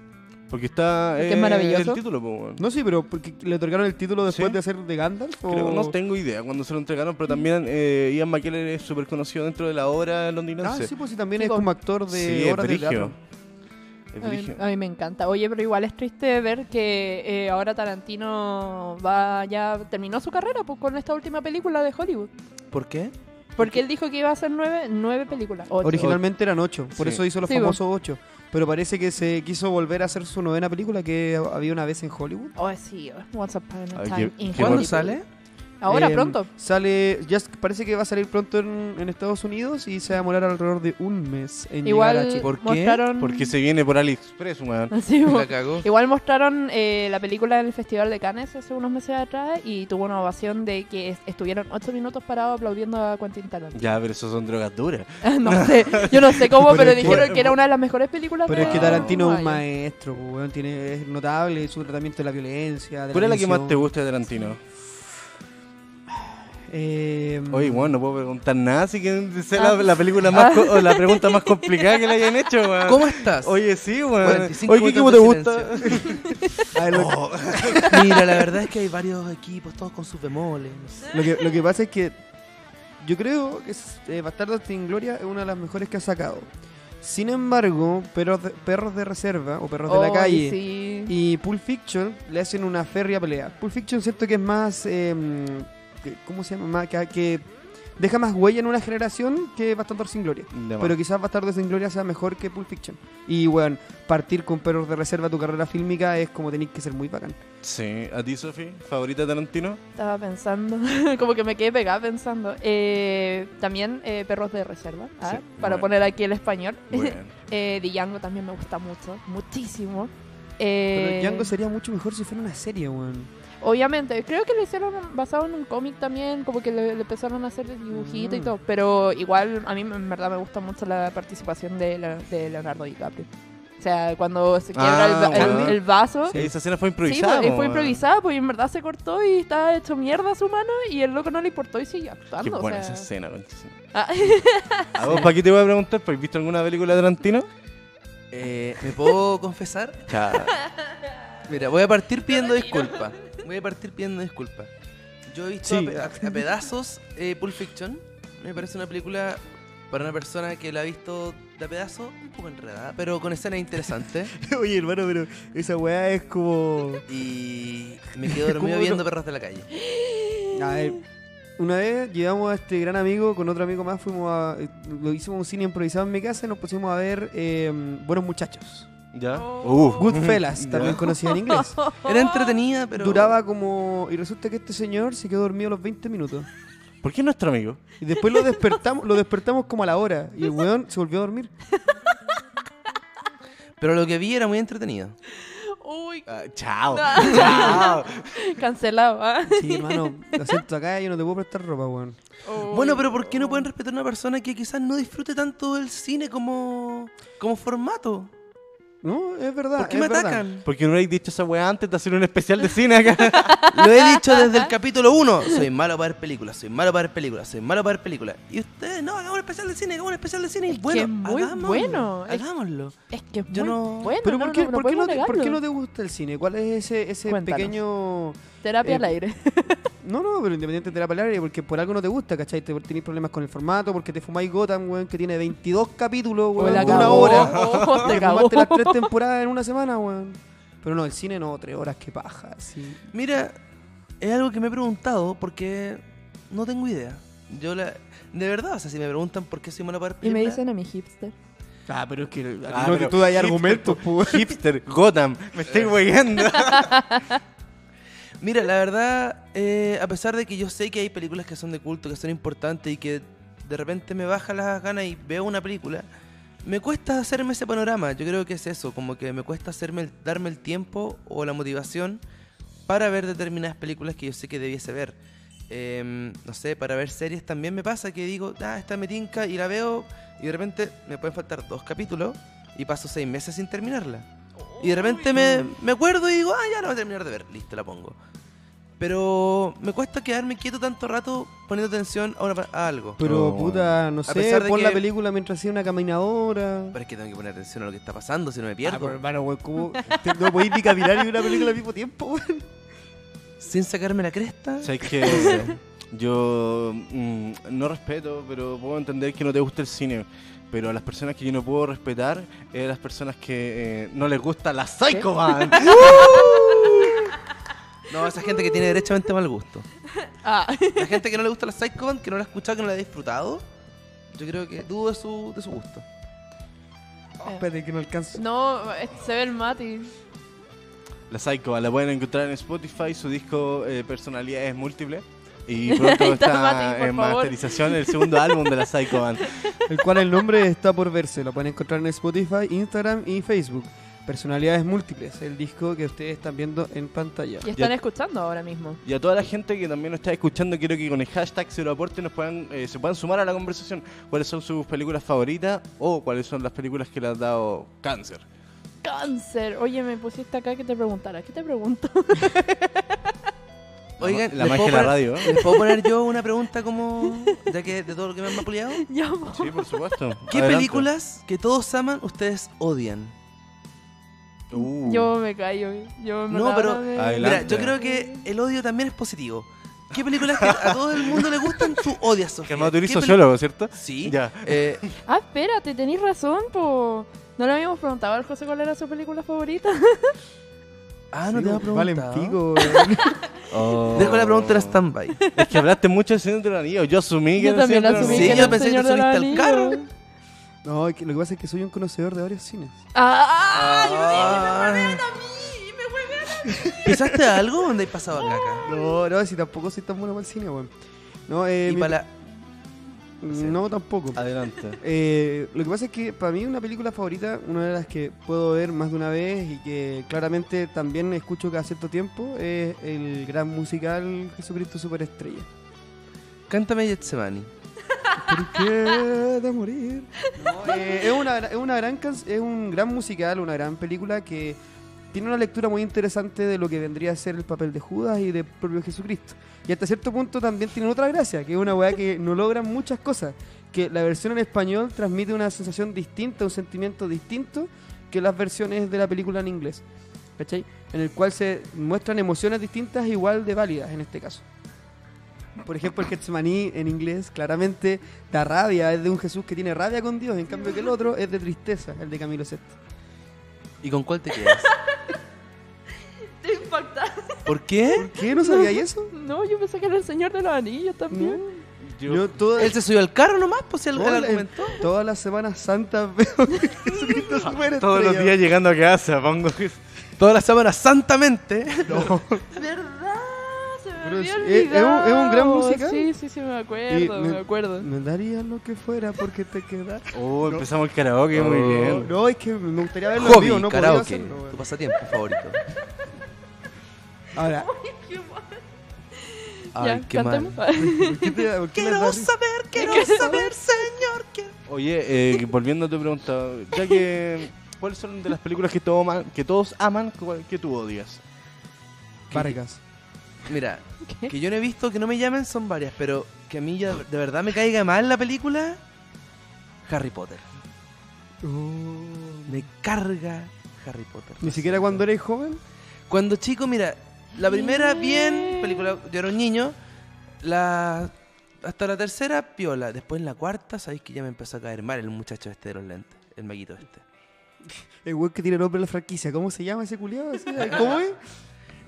[SPEAKER 3] Porque está.
[SPEAKER 2] Porque es
[SPEAKER 3] eh,
[SPEAKER 2] maravilloso.
[SPEAKER 3] El título, po, weón.
[SPEAKER 4] No sé, pero porque le otorgaron el título después
[SPEAKER 3] ¿Sí?
[SPEAKER 4] de hacer de Gandalf. o-
[SPEAKER 3] Creo- no tengo idea cuando se lo entregaron, pero también eh, Ian McKellen es súper conocido dentro de la obra
[SPEAKER 4] Ah,
[SPEAKER 3] londinense.
[SPEAKER 4] sí, pues sí, también
[SPEAKER 2] Sí,
[SPEAKER 4] es
[SPEAKER 2] po.
[SPEAKER 4] como actor de
[SPEAKER 3] Sí, es
[SPEAKER 4] obras de
[SPEAKER 3] brigio.
[SPEAKER 4] teatro.
[SPEAKER 3] Es
[SPEAKER 2] A ah. mí,
[SPEAKER 3] brigio.
[SPEAKER 2] a mí me encanta. Oye, pero igual es triste ver que eh, ahora Tarantino va ya terminó su carrera pues, con esta última película de Hollywood.
[SPEAKER 5] ¿Por qué?
[SPEAKER 2] Porque él dijo que iba a hacer nueve, nueve películas. Ocho.
[SPEAKER 4] Originalmente eran ocho, por
[SPEAKER 3] Sí.
[SPEAKER 4] eso hizo los
[SPEAKER 2] Sí, pues. po.
[SPEAKER 4] famosos ocho. Pero parece que se quiso volver a hacer su novena película que había una vez en Hollywood.
[SPEAKER 2] Oh, sí, Once Upon a
[SPEAKER 3] Ay,
[SPEAKER 2] Time
[SPEAKER 3] qué-
[SPEAKER 2] in
[SPEAKER 3] qué
[SPEAKER 2] Hollywood.
[SPEAKER 5] ¿Cuándo sale?
[SPEAKER 2] Ahora,
[SPEAKER 4] Em,
[SPEAKER 2] pronto.
[SPEAKER 4] Sale, ya s- parece que va a salir pronto en, en Estados Unidos y se va a demorar alrededor de un mes en llegar a
[SPEAKER 2] Igual
[SPEAKER 4] Chile.
[SPEAKER 5] ¿Por qué?
[SPEAKER 2] mostraron... Ah,
[SPEAKER 3] Porque se viene por AliExpress, weón.
[SPEAKER 2] Sí,
[SPEAKER 5] La
[SPEAKER 2] bueno.
[SPEAKER 5] cagó.
[SPEAKER 2] Igual mostraron eh, la película en el Festival de Cannes hace unos meses atrás y tuvo una ovación de que es- estuvieron ocho minutos parados aplaudiendo a Quentin Tarantino.
[SPEAKER 3] Ya, pero eso son drogas duras.
[SPEAKER 2] Ah, no sé, yo no sé cómo,
[SPEAKER 4] Pero
[SPEAKER 2] pero
[SPEAKER 4] es que-
[SPEAKER 2] dijeron que era una de las mejores películas
[SPEAKER 4] Pero es que
[SPEAKER 2] de-
[SPEAKER 4] Tarantino es un
[SPEAKER 2] Ay,
[SPEAKER 4] maestro, pues, weón, tiene, es notable su tratamiento de la violencia. De
[SPEAKER 3] ¿Cuál es la que más
[SPEAKER 4] agresión.
[SPEAKER 3] te gusta de Tarantino?
[SPEAKER 4] Em,
[SPEAKER 3] Oye, weón, no puedo preguntar nada, así que sé
[SPEAKER 2] Ah.
[SPEAKER 3] la, la película más co- o la pregunta más complicada que le hayan hecho, weón.
[SPEAKER 5] ¿Cómo estás?
[SPEAKER 3] Oye, sí, weón.
[SPEAKER 5] 45
[SPEAKER 3] Oye, ¿qué equipo te
[SPEAKER 5] minutos de
[SPEAKER 3] gusta?
[SPEAKER 4] a ver, lo,
[SPEAKER 5] Mira, la verdad es que hay varios equipos, todos con sus bemoles.
[SPEAKER 4] lo que, lo que pasa es que yo creo que es- eh, Bastardos sin Gloria es una de las mejores que ha sacado. Sin embargo, Perros de, Perros de Reserva o Perros de
[SPEAKER 2] ay,
[SPEAKER 4] la Calle
[SPEAKER 2] sí.
[SPEAKER 4] y Pulp Fiction le hacen una férrea pelea. Pulp Fiction siento que es más... em, que- ¿Cómo se llama? Más Que, que deja más huella en una generación que Bastardos sin Gloria.
[SPEAKER 3] De más.
[SPEAKER 4] Pero quizás Bastardos sin Gloria sea mejor que Pulp Fiction. Y bueno, partir con Perros de Reserva tu carrera fílmica es como tenéis que ser muy bacán.
[SPEAKER 3] Sí, ¿a ti, Sofi? ¿Favorita de Tarantino?
[SPEAKER 2] Estaba pensando, como que me quedé pegada pensando. Eh, también eh, Perros de Reserva, ah,
[SPEAKER 3] Sí,
[SPEAKER 2] para
[SPEAKER 3] bueno.
[SPEAKER 2] poner aquí el español.
[SPEAKER 3] Bueno.
[SPEAKER 2] eh, Django también me gusta mucho, muchísimo.
[SPEAKER 4] Pero
[SPEAKER 2] Eh,
[SPEAKER 4] Django sería mucho mejor si fuera una serie, weón.
[SPEAKER 2] Obviamente, creo que lo hicieron basado en un cómic también, como que le, le empezaron a hacer el dibujito y
[SPEAKER 4] Mm.
[SPEAKER 2] todo, pero igual a mí en verdad me gusta mucho la participación de, Le- de Leonardo DiCaprio. O sea, cuando se quiebra
[SPEAKER 3] Ah,
[SPEAKER 2] el, va- el-
[SPEAKER 3] bueno.
[SPEAKER 2] el vaso,
[SPEAKER 3] Sí, esa escena fue
[SPEAKER 2] sí, pues, eh,
[SPEAKER 3] improvisada.
[SPEAKER 2] fue,
[SPEAKER 3] po,
[SPEAKER 2] fue
[SPEAKER 3] weón.
[SPEAKER 2] improvisada, pues y en verdad se cortó y estaba hecho mierda a su mano y el loco no le importó y siguió
[SPEAKER 3] Qué
[SPEAKER 2] actuando. o
[SPEAKER 3] buena
[SPEAKER 2] sea.
[SPEAKER 3] esa escena, conchísima.
[SPEAKER 2] Ah,
[SPEAKER 3] ¿A vos, para qué te voy a preguntar? ¿Pues visto alguna película de Tarantino?
[SPEAKER 5] Eh, ¿Me puedo confesar?
[SPEAKER 3] Ya.
[SPEAKER 5] Mira, voy a partir pidiendo disculpas. Voy a partir pidiendo disculpas. Yo he visto
[SPEAKER 4] Sí.
[SPEAKER 5] a, pe- a- a pedazos eh, Pulp Fiction. Me parece una película para una persona que la ha visto de a pedazos, un poco enredada, pero con escenas interesantes.
[SPEAKER 4] Oye, hermano, pero esa weá es como.
[SPEAKER 5] Y me quedo dormido
[SPEAKER 4] ¿Cómo
[SPEAKER 5] viendo
[SPEAKER 4] no?
[SPEAKER 5] perros de la calle.
[SPEAKER 4] A ver, una vez llevamos a este gran amigo con otro amigo más, fuimos a. eh, Lo hicimos un cine improvisado en mi casa y nos pusimos a ver eh, Buenos Muchachos.
[SPEAKER 3] ¿Ya?
[SPEAKER 2] Oh.
[SPEAKER 3] Uh.
[SPEAKER 4] Goodfellas,
[SPEAKER 3] Ya.
[SPEAKER 4] también conocida en inglés.
[SPEAKER 5] Era entretenida, pero.
[SPEAKER 4] Duraba como. Y resulta que este señor se quedó dormido a los 20 minutos.
[SPEAKER 3] ¿Por qué nuestro amigo?
[SPEAKER 4] Y después lo despertamos, lo despertamos como a la hora. Y el weón se volvió a dormir.
[SPEAKER 5] Pero lo que vi era muy entretenido.
[SPEAKER 2] Uy,
[SPEAKER 3] Ah, chao.
[SPEAKER 2] No.
[SPEAKER 3] Chao.
[SPEAKER 2] cancelado. ah.
[SPEAKER 4] Sí, hermano, lo siento acá, yo no te puedo prestar ropa, weón.
[SPEAKER 5] Bueno,
[SPEAKER 2] Uy,
[SPEAKER 5] pero ¿por qué no pueden respetar a una persona que quizás no disfrute tanto del cine como, como formato?
[SPEAKER 4] No, es verdad.
[SPEAKER 5] ¿Por qué
[SPEAKER 4] Ah, es
[SPEAKER 5] me
[SPEAKER 4] verdad.
[SPEAKER 5] atacan?
[SPEAKER 3] Porque no habéis dicho esa weá antes de hacer un especial de cine acá.
[SPEAKER 5] Lo he dicho desde el capítulo 1. Soy malo para ver películas, soy malo para ver películas, soy malo para ver películas. Y ustedes, no, hagamos un especial de cine, hagamos un especial de cine.
[SPEAKER 2] Es
[SPEAKER 5] Y
[SPEAKER 2] que
[SPEAKER 5] bueno,
[SPEAKER 2] es muy
[SPEAKER 5] hagámoslo,
[SPEAKER 2] bueno. Es-
[SPEAKER 5] Hagámoslo.
[SPEAKER 2] Es que es
[SPEAKER 5] Yo
[SPEAKER 2] muy
[SPEAKER 5] no-
[SPEAKER 2] bueno.
[SPEAKER 4] Pero
[SPEAKER 2] no,
[SPEAKER 4] ¿por qué,
[SPEAKER 2] no, no
[SPEAKER 4] por, qué no te,
[SPEAKER 2] podemos
[SPEAKER 4] por qué no
[SPEAKER 2] negarlo.
[SPEAKER 4] te gusta el cine? ¿Cuál es ese, ese
[SPEAKER 2] Cuéntanos.
[SPEAKER 4] pequeño...
[SPEAKER 2] Terapia
[SPEAKER 4] eh,
[SPEAKER 2] al aire.
[SPEAKER 4] No, no, pero independiente de la palabra, porque por algo no te gusta, ¿cachai? Te, tenés problemas con el formato, porque te fumáis Gotham, weón, que tiene 22 capítulos,
[SPEAKER 2] O
[SPEAKER 4] weón,
[SPEAKER 2] la
[SPEAKER 4] de una
[SPEAKER 2] cagó,
[SPEAKER 4] hora.
[SPEAKER 2] o te
[SPEAKER 4] Te
[SPEAKER 2] cagó.
[SPEAKER 4] fumaste las tres temporadas en una semana, weón. Pero no, el cine no, tres horas, qué paja, sí.
[SPEAKER 5] Mira, es algo que me he preguntado porque no tengo idea. Yo la... De verdad, o sea, si me preguntan por qué soy malo para ver
[SPEAKER 2] Y me
[SPEAKER 5] películas...
[SPEAKER 2] dicen a mi hipster.
[SPEAKER 4] Ah, pero es que...
[SPEAKER 3] Ah,
[SPEAKER 4] no,
[SPEAKER 3] pero
[SPEAKER 4] tú dais
[SPEAKER 3] hipster,
[SPEAKER 4] argumentos, pues.
[SPEAKER 3] Hipster, Gotham. Me estoy weyando.
[SPEAKER 5] Mira, la verdad, eh, a pesar de que yo sé que hay películas que son de culto, que son importantes y que de repente me baja las ganas y veo una película, me cuesta hacerme ese panorama. Yo creo que es eso, como que me cuesta hacerme el- darme el tiempo o la motivación para ver determinadas películas que yo sé que debiese ver. Em, no sé, para ver series también me pasa que digo, ah, esta me tinca y la veo y de repente me pueden faltar dos capítulos y paso seis meses sin terminarla. Y de repente me, me acuerdo y digo, ah, ya la voy a terminar de ver. Listo, la pongo. Pero me cuesta quedarme quieto tanto rato poniendo atención a, una- a algo.
[SPEAKER 4] Pero,
[SPEAKER 3] No,
[SPEAKER 4] puta, no sé,
[SPEAKER 5] pesar de
[SPEAKER 4] pon la
[SPEAKER 5] que-
[SPEAKER 4] película mientras sea una caminadora.
[SPEAKER 5] Pero es que tengo que poner atención a lo que está pasando, si no me
[SPEAKER 4] Ah, pero,
[SPEAKER 5] pierdo.
[SPEAKER 4] hermano, weón, ¿cómo? Te- Este, No podéis ni caminar ni una película al mismo tiempo, weón.
[SPEAKER 5] Sin sacarme la cresta.
[SPEAKER 3] ¿Sabes que Yo mm, no respeto, pero puedo entender que no te gusta el cine. Pero a las personas que yo no puedo respetar es a las personas que eh, no les gusta la Psycho Man.
[SPEAKER 5] No, esa gente que tiene derechamente mal gusto.
[SPEAKER 2] Ah,
[SPEAKER 5] La gente que no le gusta la Psycho Band, que no la ha escuchado, que no la ha disfrutado. Yo creo que dudo de su, de su gusto.
[SPEAKER 4] Oh, espérate, que no alcanzo.
[SPEAKER 2] no, eh, se ve el Mati.
[SPEAKER 3] La Psycho Man la pueden encontrar en Spotify, su disco eh, Personalidades Múltiples. Y pronto
[SPEAKER 2] Está
[SPEAKER 3] está
[SPEAKER 2] Mati, por
[SPEAKER 3] en
[SPEAKER 2] favor.
[SPEAKER 3] masterización el segundo álbum de la Psycho Band.
[SPEAKER 4] el cual el nombre está por verse. Lo pueden encontrar en Spotify, Instagram y Facebook. Personalidades múltiples, el disco que ustedes están viendo en pantalla.
[SPEAKER 2] Y están
[SPEAKER 3] Ya-
[SPEAKER 2] escuchando ahora mismo.
[SPEAKER 3] Y a toda la gente que también nos está escuchando, quiero que con el hashtag Cero Aporte nos puedan, eh, se puedan sumar a la conversación. ¿Cuáles son sus películas favoritas o cuáles son las películas que le han dado cáncer?
[SPEAKER 2] Cáncer. Oye, me pusiste acá que te preguntara. ¿Qué te pregunto?
[SPEAKER 5] Oigan,
[SPEAKER 3] la
[SPEAKER 5] ¿les
[SPEAKER 3] magia
[SPEAKER 5] puedo
[SPEAKER 3] de la
[SPEAKER 5] poner-
[SPEAKER 3] radio. ¿eh?
[SPEAKER 5] ¿Les puedo poner yo una pregunta como. ya que de todo lo que me han vapuleado?
[SPEAKER 2] Ya, po.
[SPEAKER 3] Sí, por supuesto.
[SPEAKER 5] ¿Qué
[SPEAKER 3] Adelante.
[SPEAKER 5] películas que todos aman, ustedes odian?
[SPEAKER 3] Uh,
[SPEAKER 2] yo me callo. Yo en
[SPEAKER 5] No,
[SPEAKER 2] verdad
[SPEAKER 5] pero-
[SPEAKER 2] ahora me-
[SPEAKER 3] Adelante.
[SPEAKER 5] Mira, yo creo que eh, el odio también es positivo. ¿Qué películas que a todo el mundo le gustan, tú odias, Sofía?
[SPEAKER 3] Que no utilizo
[SPEAKER 5] ¿Qué peli-
[SPEAKER 3] yo, ¿lo cierto?
[SPEAKER 5] Sí.
[SPEAKER 3] Ya.
[SPEAKER 5] Eh,
[SPEAKER 2] Ah, espérate, tenéis razón, po. No le habíamos preguntado al José cuál era su película favorita.
[SPEAKER 5] ah, no
[SPEAKER 4] Sí,
[SPEAKER 5] te va a
[SPEAKER 4] valen
[SPEAKER 5] preguntar.
[SPEAKER 4] pico, weón.
[SPEAKER 5] Dejo la pregunta en stand-by.
[SPEAKER 3] Oh. Es que hablaste mucho del Señor del Anillo. Yo asumí que
[SPEAKER 2] Yo
[SPEAKER 3] era el
[SPEAKER 2] también
[SPEAKER 3] Señor
[SPEAKER 2] la
[SPEAKER 3] del
[SPEAKER 2] asumí
[SPEAKER 5] Sí,
[SPEAKER 2] que
[SPEAKER 5] yo
[SPEAKER 2] era
[SPEAKER 3] Anillo.
[SPEAKER 2] el
[SPEAKER 5] pensé que
[SPEAKER 2] señor
[SPEAKER 5] tú
[SPEAKER 2] del
[SPEAKER 5] subiste al
[SPEAKER 2] anillo.
[SPEAKER 5] carro.
[SPEAKER 4] No, es que lo que pasa es que soy un conocedor de varios cines.
[SPEAKER 2] Ah, yo
[SPEAKER 5] Ah.
[SPEAKER 2] dije, me huevean a mí, me huevean a
[SPEAKER 5] ¿Pisaste algo o andáis pasado acá? acá?
[SPEAKER 4] No, no, si tampoco soy tan bueno para el cine, weón. No, eh,
[SPEAKER 5] Y
[SPEAKER 4] mi-
[SPEAKER 5] para la-
[SPEAKER 4] no tampoco.
[SPEAKER 3] Adelante.
[SPEAKER 4] Eh, lo que pasa es que para mí una película favorita, una de las que puedo ver más de una vez y que claramente también escucho cada cierto tiempo, es el gran musical Jesucristo Superestrella.
[SPEAKER 5] Cántame Getsemani.
[SPEAKER 4] ¿Por qué de morir? No, eh, es, una, gra- es, una gran can- es un gran musical, una gran película que tiene una lectura muy interesante de lo que vendría a ser el papel de Judas y del propio Jesucristo. Y hasta cierto punto también tiene otra gracia, que es una weá que no logran muchas cosas. Que la versión en español transmite una sensación distinta, un sentimiento distinto que las versiones de la película en inglés. ¿Cachai? En el cual se muestran emociones distintas igual de válidas en este caso. Por ejemplo, el Getsemaní en inglés claramente da rabia, es de un Jesús que tiene rabia con Dios, en cambio que el otro es de tristeza, el de Camilo VI.
[SPEAKER 5] ¿Y con cuál te quedas?
[SPEAKER 2] mí. Te impactaste.
[SPEAKER 5] ¿Por qué?
[SPEAKER 4] ¿Qué? ¿No sabía eso?
[SPEAKER 2] No, yo pensé que era el señor de los anillos también.
[SPEAKER 4] Yo todas,
[SPEAKER 5] Él se subió al carro nomás, pues si él
[SPEAKER 4] todas-
[SPEAKER 5] argumentó.
[SPEAKER 4] todas las semanas santas veo que Jesucristo superestrella.
[SPEAKER 3] Todos los días llegando a casa, pongo.
[SPEAKER 5] Todas las semanas santamente.
[SPEAKER 2] ¿Verdad? Se me
[SPEAKER 4] Pero
[SPEAKER 2] había
[SPEAKER 4] es- es- es un- es un
[SPEAKER 2] olvidado.
[SPEAKER 4] gran musical.
[SPEAKER 2] Sí, sí, sí, me acuerdo,
[SPEAKER 4] Y
[SPEAKER 2] me,
[SPEAKER 4] me-
[SPEAKER 2] acuerdo.
[SPEAKER 4] Me daría lo que fuera porque te quedas.
[SPEAKER 3] Oh, empezamos el karaoke, muy bien.
[SPEAKER 4] No, es que me gustaría verlo en
[SPEAKER 5] Hobby,
[SPEAKER 4] vivo, no podía
[SPEAKER 5] karaoke.
[SPEAKER 4] hacerlo, weón.
[SPEAKER 5] Tu pasatiempo favorito.
[SPEAKER 4] Ahora,
[SPEAKER 5] Ay,
[SPEAKER 2] ya,
[SPEAKER 5] qué mal.
[SPEAKER 2] cantemos.
[SPEAKER 4] ¿por qué te por qué me da risa?
[SPEAKER 5] saber, quiero saber, señor. Que...
[SPEAKER 3] Oye, eh, volviendo a tu pregunta, ya que. ¿Cuáles son de las películas que, todos aman- que todos aman cuál- que tú odias?
[SPEAKER 4] Vargas.
[SPEAKER 5] Mira,
[SPEAKER 2] ¿Qué?
[SPEAKER 5] que yo no he visto, que no me llamen, son varias, pero que a mí ya de verdad me caiga mal la película, Harry Potter.
[SPEAKER 4] Oh.
[SPEAKER 5] Me carga Harry Potter.
[SPEAKER 4] Ni siquiera cuando eres joven.
[SPEAKER 5] Cuando chico, mira, la primera bien,
[SPEAKER 2] Mm.
[SPEAKER 5] película, yo era un niño, la hasta la tercera piola, después en la cuarta, sabéis que ya me empezó a caer mal el muchacho este de los lentes, el maguito este.
[SPEAKER 4] El weón que tiene nombre de la franquicia. ¿Cómo se llama ese culiado? ¿Cómo es?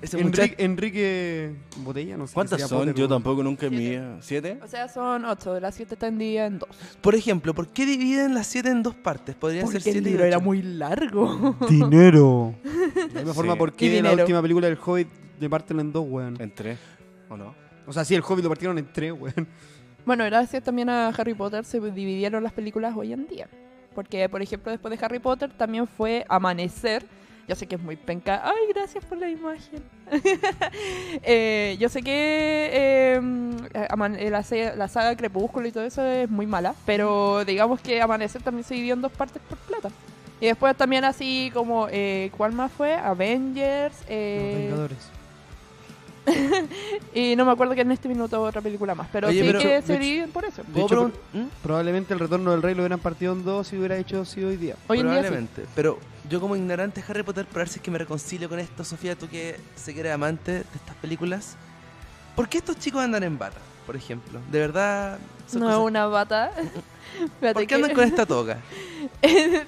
[SPEAKER 5] Ese muchacho,
[SPEAKER 4] Enrique, Enrique Botella, no sé.
[SPEAKER 3] ¿Cuántas
[SPEAKER 4] sería
[SPEAKER 3] son?
[SPEAKER 4] Potter,
[SPEAKER 3] Yo
[SPEAKER 4] weón.
[SPEAKER 3] tampoco nunca en mi
[SPEAKER 2] Siete.
[SPEAKER 3] vida. ¿Siete?
[SPEAKER 2] O sea, son ocho, las siete están día en dos.
[SPEAKER 5] por ejemplo, ¿por qué dividen las siete en dos partes? Podría ser
[SPEAKER 2] Porque
[SPEAKER 5] siete
[SPEAKER 2] el
[SPEAKER 5] y
[SPEAKER 2] libro era
[SPEAKER 5] ocho.
[SPEAKER 2] muy largo.
[SPEAKER 4] Dinero. La misma
[SPEAKER 3] Sí. Eh.
[SPEAKER 4] forma, ¿por qué
[SPEAKER 2] Y
[SPEAKER 4] la
[SPEAKER 2] dinero.
[SPEAKER 4] última película del Hobbit de parten en dos, weón?
[SPEAKER 3] ¿En tres? ¿O no?
[SPEAKER 4] O sea, sí, el Hobbit lo partieron en tres, weón.
[SPEAKER 2] Bueno, gracias también a Harry Potter se dividieron las películas hoy en día. Porque, por ejemplo, después de Harry Potter también fue Amanecer. Yo sé que es muy penca. Ay, gracias por la imagen. Eh, yo sé que eh, aman- eh, la, se- la saga Crepúsculo y todo eso es muy mala. Pero digamos que Amanecer también se dividió en dos partes por plata. Y después también así como, eh, ¿cuál más fue? Avengers.
[SPEAKER 4] Los
[SPEAKER 2] eh,
[SPEAKER 4] Vengadores.
[SPEAKER 2] y no me acuerdo que en este minuto otra película más. Pero
[SPEAKER 5] Oye,
[SPEAKER 2] sí
[SPEAKER 5] pero-
[SPEAKER 2] que
[SPEAKER 4] de
[SPEAKER 2] se
[SPEAKER 4] hecho-
[SPEAKER 2] dividen por eso.
[SPEAKER 5] ¿Puedo
[SPEAKER 4] De hecho,
[SPEAKER 5] pregun- ¿Mm?
[SPEAKER 4] Probablemente el retorno del rey lo hubieran partido en dos si hubiera hecho así hoy día.
[SPEAKER 2] Hoy en día sí.
[SPEAKER 5] Probablemente. Pero yo como ignorante de Harry Potter, para ver si es que me reconcilio con esto, Sofía, tú que sé que eres amante de estas películas. ¿Por qué estos chicos andan en bata, por ejemplo? De verdad... son
[SPEAKER 2] No es
[SPEAKER 5] cosas-
[SPEAKER 2] una bata. Espérate
[SPEAKER 5] ¿Por
[SPEAKER 2] que-
[SPEAKER 5] qué andan con e-? esta toga?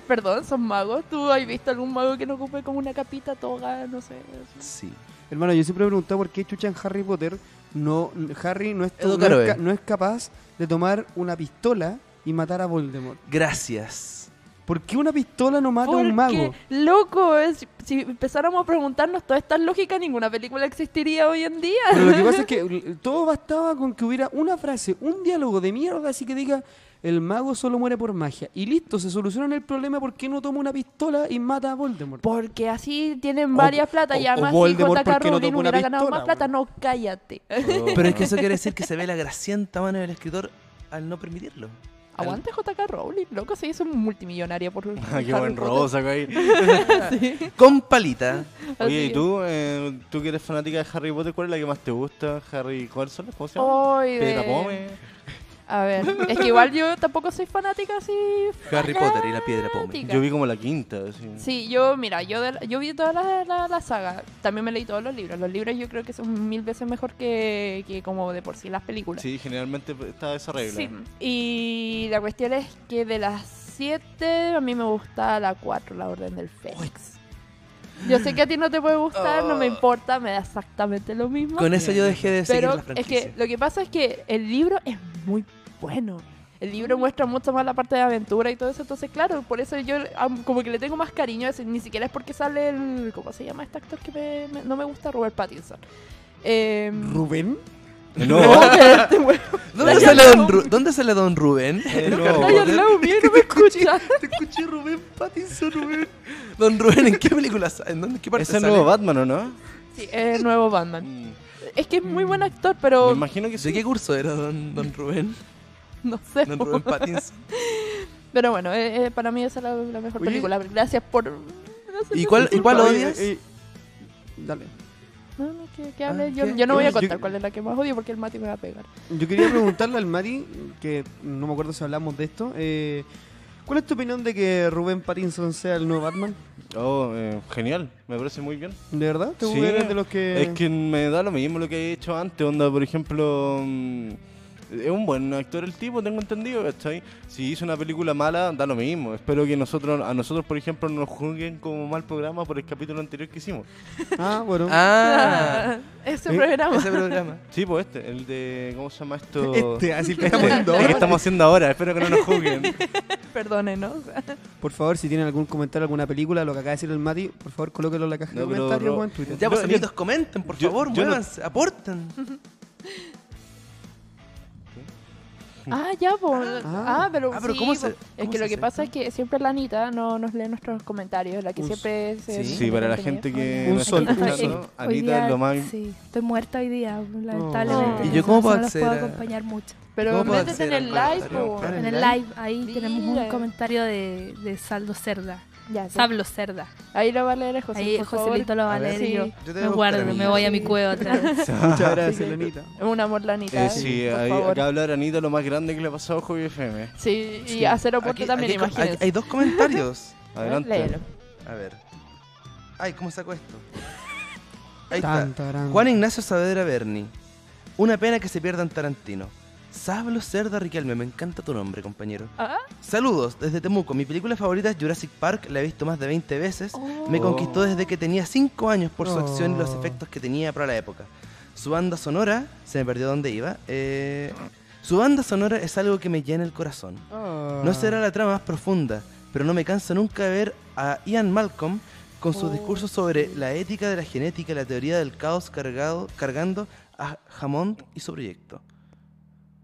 [SPEAKER 2] Perdón, son magos. ¿Tú has visto algún mago que no ocupe como una capita, toga, no sé? así?
[SPEAKER 5] Sí.
[SPEAKER 4] Hermano, yo siempre me he preguntado por qué chucha en Harry Potter no, Harry no es,
[SPEAKER 5] Edu
[SPEAKER 4] no es
[SPEAKER 5] Caroe.
[SPEAKER 4] ca- no es capaz de tomar una pistola y matar a Voldemort.
[SPEAKER 5] Gracias.
[SPEAKER 4] ¿Por qué una pistola Ah, no mata a
[SPEAKER 2] Porque,
[SPEAKER 4] un mago?
[SPEAKER 2] loco, es- si empezáramos a preguntarnos toda esta lógica, ninguna película existiría hoy en día.
[SPEAKER 4] Pero lo que pasa es que l- todo bastaba con que hubiera una frase, un diálogo de mierda, así que diga, el mago solo muere por magia. Y listo, se soluciona el problema porque no toma una pistola y mata a Voldemort.
[SPEAKER 2] Porque así tienen varias plata
[SPEAKER 4] o-
[SPEAKER 2] y
[SPEAKER 4] o
[SPEAKER 2] además si
[SPEAKER 4] Voldemort
[SPEAKER 2] J.K.
[SPEAKER 4] porque no
[SPEAKER 2] Rowling
[SPEAKER 4] tocó una
[SPEAKER 2] hubiera ganado
[SPEAKER 4] pistola,
[SPEAKER 2] más plata,
[SPEAKER 4] weón. Eh.
[SPEAKER 2] no, cállate.
[SPEAKER 5] Pero es que eso quiere decir que se ve la gracienta mano del escritor al no permitirlo. Al-
[SPEAKER 2] Aguante J.K. Rowling, loco, se hizo multimillonaria por
[SPEAKER 3] Ah, Qué buen robo
[SPEAKER 2] rosa
[SPEAKER 3] saco ahí.
[SPEAKER 5] Con palita.
[SPEAKER 3] Oye, ¿y tú? eh, ¿Tú que eres fanática de Harry Potter? ¿Cuál es la que más te gusta? ¿Harry ¿Cuáles son las cosas?
[SPEAKER 2] Ay, de-
[SPEAKER 3] Pedra Pome.
[SPEAKER 2] A ver, es que igual yo tampoco soy fanática así.
[SPEAKER 5] Harry Potter y la
[SPEAKER 2] Ah,
[SPEAKER 5] piedra Pome.
[SPEAKER 2] fanática.
[SPEAKER 3] Yo vi como la quinta. así.
[SPEAKER 2] Sí, yo, mira, yo, de la- yo vi toda la, la- la saga. También me leí todos los libros. Los libros yo creo que son mil veces mejor que, que como de por sí las películas.
[SPEAKER 3] Sí, generalmente está esa regla.
[SPEAKER 2] Sí, Y la cuestión es que de las siete a mí me gusta la 4, la Orden del Fénix. Yo sé que a ti no te puede gustar, no me importa, me da exactamente lo mismo.
[SPEAKER 5] Oh. Con eso yo dejé de seguir
[SPEAKER 2] Pero
[SPEAKER 5] la
[SPEAKER 2] es
[SPEAKER 5] franquicia.
[SPEAKER 2] que lo que pasa es que el libro es muy bueno. El libro muestra mucho más la parte de aventura y todo eso. Entonces, claro, por eso yo am, como que le tengo más cariño a ese. Ni siquiera es porque sale el... ¿Cómo se llama este actor que me- me- no me gusta? Robert Pattinson. Eh,
[SPEAKER 4] ¿Rubén?
[SPEAKER 3] Eh, No,
[SPEAKER 2] este weón.
[SPEAKER 5] ¿Dónde,
[SPEAKER 2] Ryan
[SPEAKER 5] sale don
[SPEAKER 2] Lowe.
[SPEAKER 5] Ru- ¿Dónde sale Don Rubén?
[SPEAKER 3] Eh, no.
[SPEAKER 5] Harry
[SPEAKER 2] Ryan
[SPEAKER 5] Potter.
[SPEAKER 2] Lowe, mira, no me escucha.
[SPEAKER 5] Te escuché Rubén Pattinson, Rubén. Don Rubén, ¿en qué película sale? ¿En dónde, en qué parte
[SPEAKER 3] es el
[SPEAKER 5] sale?
[SPEAKER 3] nuevo Batman, ¿o no?
[SPEAKER 2] Sí, es el nuevo Batman.
[SPEAKER 3] Mm.
[SPEAKER 2] Es que es muy buen actor,
[SPEAKER 3] Me
[SPEAKER 2] pero
[SPEAKER 3] imagino que
[SPEAKER 5] ¿De qué
[SPEAKER 3] sí.
[SPEAKER 5] curso era Don, don Rubén?
[SPEAKER 2] no sé.
[SPEAKER 5] Don Rubén Pattinson.
[SPEAKER 2] Pero bueno, eh, eh, para mí esa es la, la mejor
[SPEAKER 4] Oye.
[SPEAKER 2] película. Gracias por...
[SPEAKER 5] ¿Y cuál, ¿y cuál
[SPEAKER 4] Oye,
[SPEAKER 5] odias?
[SPEAKER 4] eh, dale.
[SPEAKER 2] No, no, que, que hable.
[SPEAKER 5] Ah,
[SPEAKER 2] yo,
[SPEAKER 5] ¿qué?
[SPEAKER 2] yo no voy a
[SPEAKER 4] Yo-
[SPEAKER 2] contar cuál es la que más odio porque el Mati me va a pegar.
[SPEAKER 4] Yo quería preguntarle al Mati, que no me acuerdo si hablamos de esto, eh, ¿cuál es tu opinión de que Rubén Pattinson sea el nuevo Batman?
[SPEAKER 3] Oh, eh, genial. Me parece muy bien.
[SPEAKER 4] ¿De verdad? ¿Tú
[SPEAKER 3] Sí,
[SPEAKER 4] eres de los que...?
[SPEAKER 3] Es que me da lo mismo lo que he hecho antes, onda, por ejemplo... mm, Es un buen actor el tipo, tengo entendido, ¿cachai? Si hizo una película mala, da lo mismo. Espero que nosotros, a nosotros, por ejemplo, no nos juzguen como mal programa por el capítulo anterior que hicimos.
[SPEAKER 4] Ah, bueno.
[SPEAKER 5] Ah,
[SPEAKER 2] ese
[SPEAKER 4] Eh,
[SPEAKER 2] programa.
[SPEAKER 5] ese programa.
[SPEAKER 3] Sí, pues este, el de... ¿Cómo se llama esto?
[SPEAKER 4] Este, así que estamos
[SPEAKER 3] Este, el
[SPEAKER 4] haciendo
[SPEAKER 3] que
[SPEAKER 4] ahora.
[SPEAKER 3] estamos haciendo ahora, espero que no nos juzguen.
[SPEAKER 2] Perdónenos.
[SPEAKER 4] Por favor, si tienen algún comentario, alguna película, lo que acaba de decir el Mati, por favor, colóquelo en la caja
[SPEAKER 3] No,
[SPEAKER 4] de
[SPEAKER 3] pero,
[SPEAKER 4] comentarios
[SPEAKER 3] Ro-
[SPEAKER 4] o en Twitter.
[SPEAKER 5] Ya, pues
[SPEAKER 3] Yo-
[SPEAKER 5] amiguitos, comenten, por
[SPEAKER 3] yo-
[SPEAKER 5] favor,
[SPEAKER 3] yo no-
[SPEAKER 5] muévanse, aporten.
[SPEAKER 2] Ah, ya, pues.
[SPEAKER 4] Ah.
[SPEAKER 2] Ah, pero,
[SPEAKER 5] Ah, pero
[SPEAKER 2] sí,
[SPEAKER 5] ¿cómo
[SPEAKER 2] po.
[SPEAKER 5] se-
[SPEAKER 2] Es
[SPEAKER 5] cómo
[SPEAKER 2] que
[SPEAKER 5] se
[SPEAKER 2] lo que
[SPEAKER 5] hace
[SPEAKER 2] pasa es que siempre la Anita no nos lee nuestros comentarios, la que
[SPEAKER 4] Un-
[SPEAKER 2] siempre se...
[SPEAKER 5] Sí,
[SPEAKER 3] Sí, para la gente que
[SPEAKER 4] Un
[SPEAKER 3] no
[SPEAKER 4] sol,
[SPEAKER 3] está
[SPEAKER 4] un
[SPEAKER 3] escuchando,
[SPEAKER 4] sol.
[SPEAKER 6] Hoy
[SPEAKER 3] Anita
[SPEAKER 6] día,
[SPEAKER 3] es lo más...
[SPEAKER 6] Sí, estoy muerta hoy día, lamentablemente.
[SPEAKER 5] Oh. ¿Y yo cómo puedo
[SPEAKER 6] entonces no los
[SPEAKER 5] acceder a-
[SPEAKER 6] puedo acompañar mucho.
[SPEAKER 2] Pero
[SPEAKER 5] ¿Cómo puedo
[SPEAKER 2] métete en
[SPEAKER 5] acceder
[SPEAKER 2] el
[SPEAKER 5] al
[SPEAKER 2] live,
[SPEAKER 5] comentario?
[SPEAKER 2] po.
[SPEAKER 5] Claro,
[SPEAKER 6] En el live, ahí tenemos un
[SPEAKER 2] Mira.
[SPEAKER 6] comentario de, de Saldo Cerda.
[SPEAKER 2] Ya, sí.
[SPEAKER 6] Sablo Cerda.
[SPEAKER 2] Ahí lo va a leer el José,
[SPEAKER 6] Ahí
[SPEAKER 2] por favor.
[SPEAKER 6] Joselito lo va
[SPEAKER 5] A
[SPEAKER 6] a
[SPEAKER 5] ver,
[SPEAKER 6] leer y
[SPEAKER 2] sí.
[SPEAKER 6] yo
[SPEAKER 5] Yo te voy a
[SPEAKER 6] me
[SPEAKER 5] buscar,
[SPEAKER 6] guardo,
[SPEAKER 5] amiga.
[SPEAKER 6] me voy a mi cueva atrás.
[SPEAKER 4] Muchas gracias, Lenita.
[SPEAKER 2] Un amor, la Anita.
[SPEAKER 3] Eh, sí,
[SPEAKER 2] por
[SPEAKER 3] hay-
[SPEAKER 2] favor.
[SPEAKER 3] acá hablar Anita lo más grande que le ha pasado a Hobby FM.
[SPEAKER 2] Sí, y a cero
[SPEAKER 5] Aquí-
[SPEAKER 2] aporte también,
[SPEAKER 5] aquí hay- hay,
[SPEAKER 2] imagínense.
[SPEAKER 5] hay dos comentarios.
[SPEAKER 3] Adelante.
[SPEAKER 2] Léelo.
[SPEAKER 5] A ver. Ay, ¿cómo saco esto? Ahí está.
[SPEAKER 4] Tan, tarán.
[SPEAKER 5] Juan Ignacio Saavedra Berni. Una pena que se pierdan Tarantino. Sablo Cerda Riquelme, me encanta tu nombre, compañero.
[SPEAKER 2] Ah.
[SPEAKER 5] Saludos desde Temuco. Mi película favorita es Jurassic Park, la he visto más de 20 veces.
[SPEAKER 2] Oh.
[SPEAKER 5] Me conquistó desde que tenía 5 años por su acción y los
[SPEAKER 4] Oh.
[SPEAKER 5] efectos que tenía para la época. Su banda sonora, se me perdió dónde iba. eh, su banda sonora es algo que me llena el corazón.
[SPEAKER 4] Ah.
[SPEAKER 5] No será la trama más profunda, pero no me canso nunca de ver a Ian Malcolm
[SPEAKER 2] Oh.
[SPEAKER 5] con sus discursos sobre la ética de la genética y la teoría del caos cargado, cargando a Hammond y su proyecto.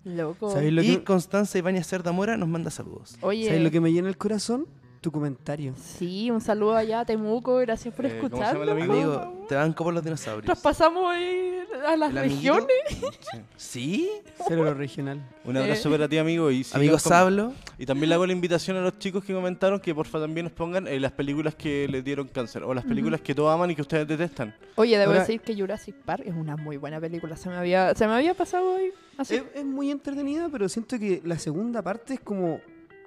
[SPEAKER 2] Loco.
[SPEAKER 4] ¿Sabéis lo,
[SPEAKER 5] y
[SPEAKER 4] que,
[SPEAKER 5] Constanza Ibañez Cerda Mora nos manda saludos.
[SPEAKER 2] Oye.
[SPEAKER 4] sabéis lo que me llena el corazón? Tu comentario.
[SPEAKER 2] Sí, un saludo allá a Temuco, gracias por
[SPEAKER 3] Eh, ¿cómo se llama el
[SPEAKER 2] escucharnos.
[SPEAKER 3] amigo?
[SPEAKER 5] Amigo, te banco por los dinosaurios.
[SPEAKER 2] Traspasamos ahí a las
[SPEAKER 5] ¿El amiguito?
[SPEAKER 2] regiones.
[SPEAKER 5] ¿Sí?
[SPEAKER 4] Cero lo regional.
[SPEAKER 3] Un
[SPEAKER 4] Eh,
[SPEAKER 3] abrazo para ti, amigo. Y sigas
[SPEAKER 5] Amigo
[SPEAKER 3] con-
[SPEAKER 5] Sablo.
[SPEAKER 3] Y también le hago la invitación a los chicos que comentaron que porfa también nos pongan eh, las películas que les dieron cáncer o las películas que todos aman y que ustedes detestan.
[SPEAKER 2] Oye, debo
[SPEAKER 4] Ahora-
[SPEAKER 2] decir que Jurassic Park es una muy buena película. Se me había, se me había pasado hoy. Así.
[SPEAKER 4] Es, es muy entretenida, pero siento que la segunda parte es como,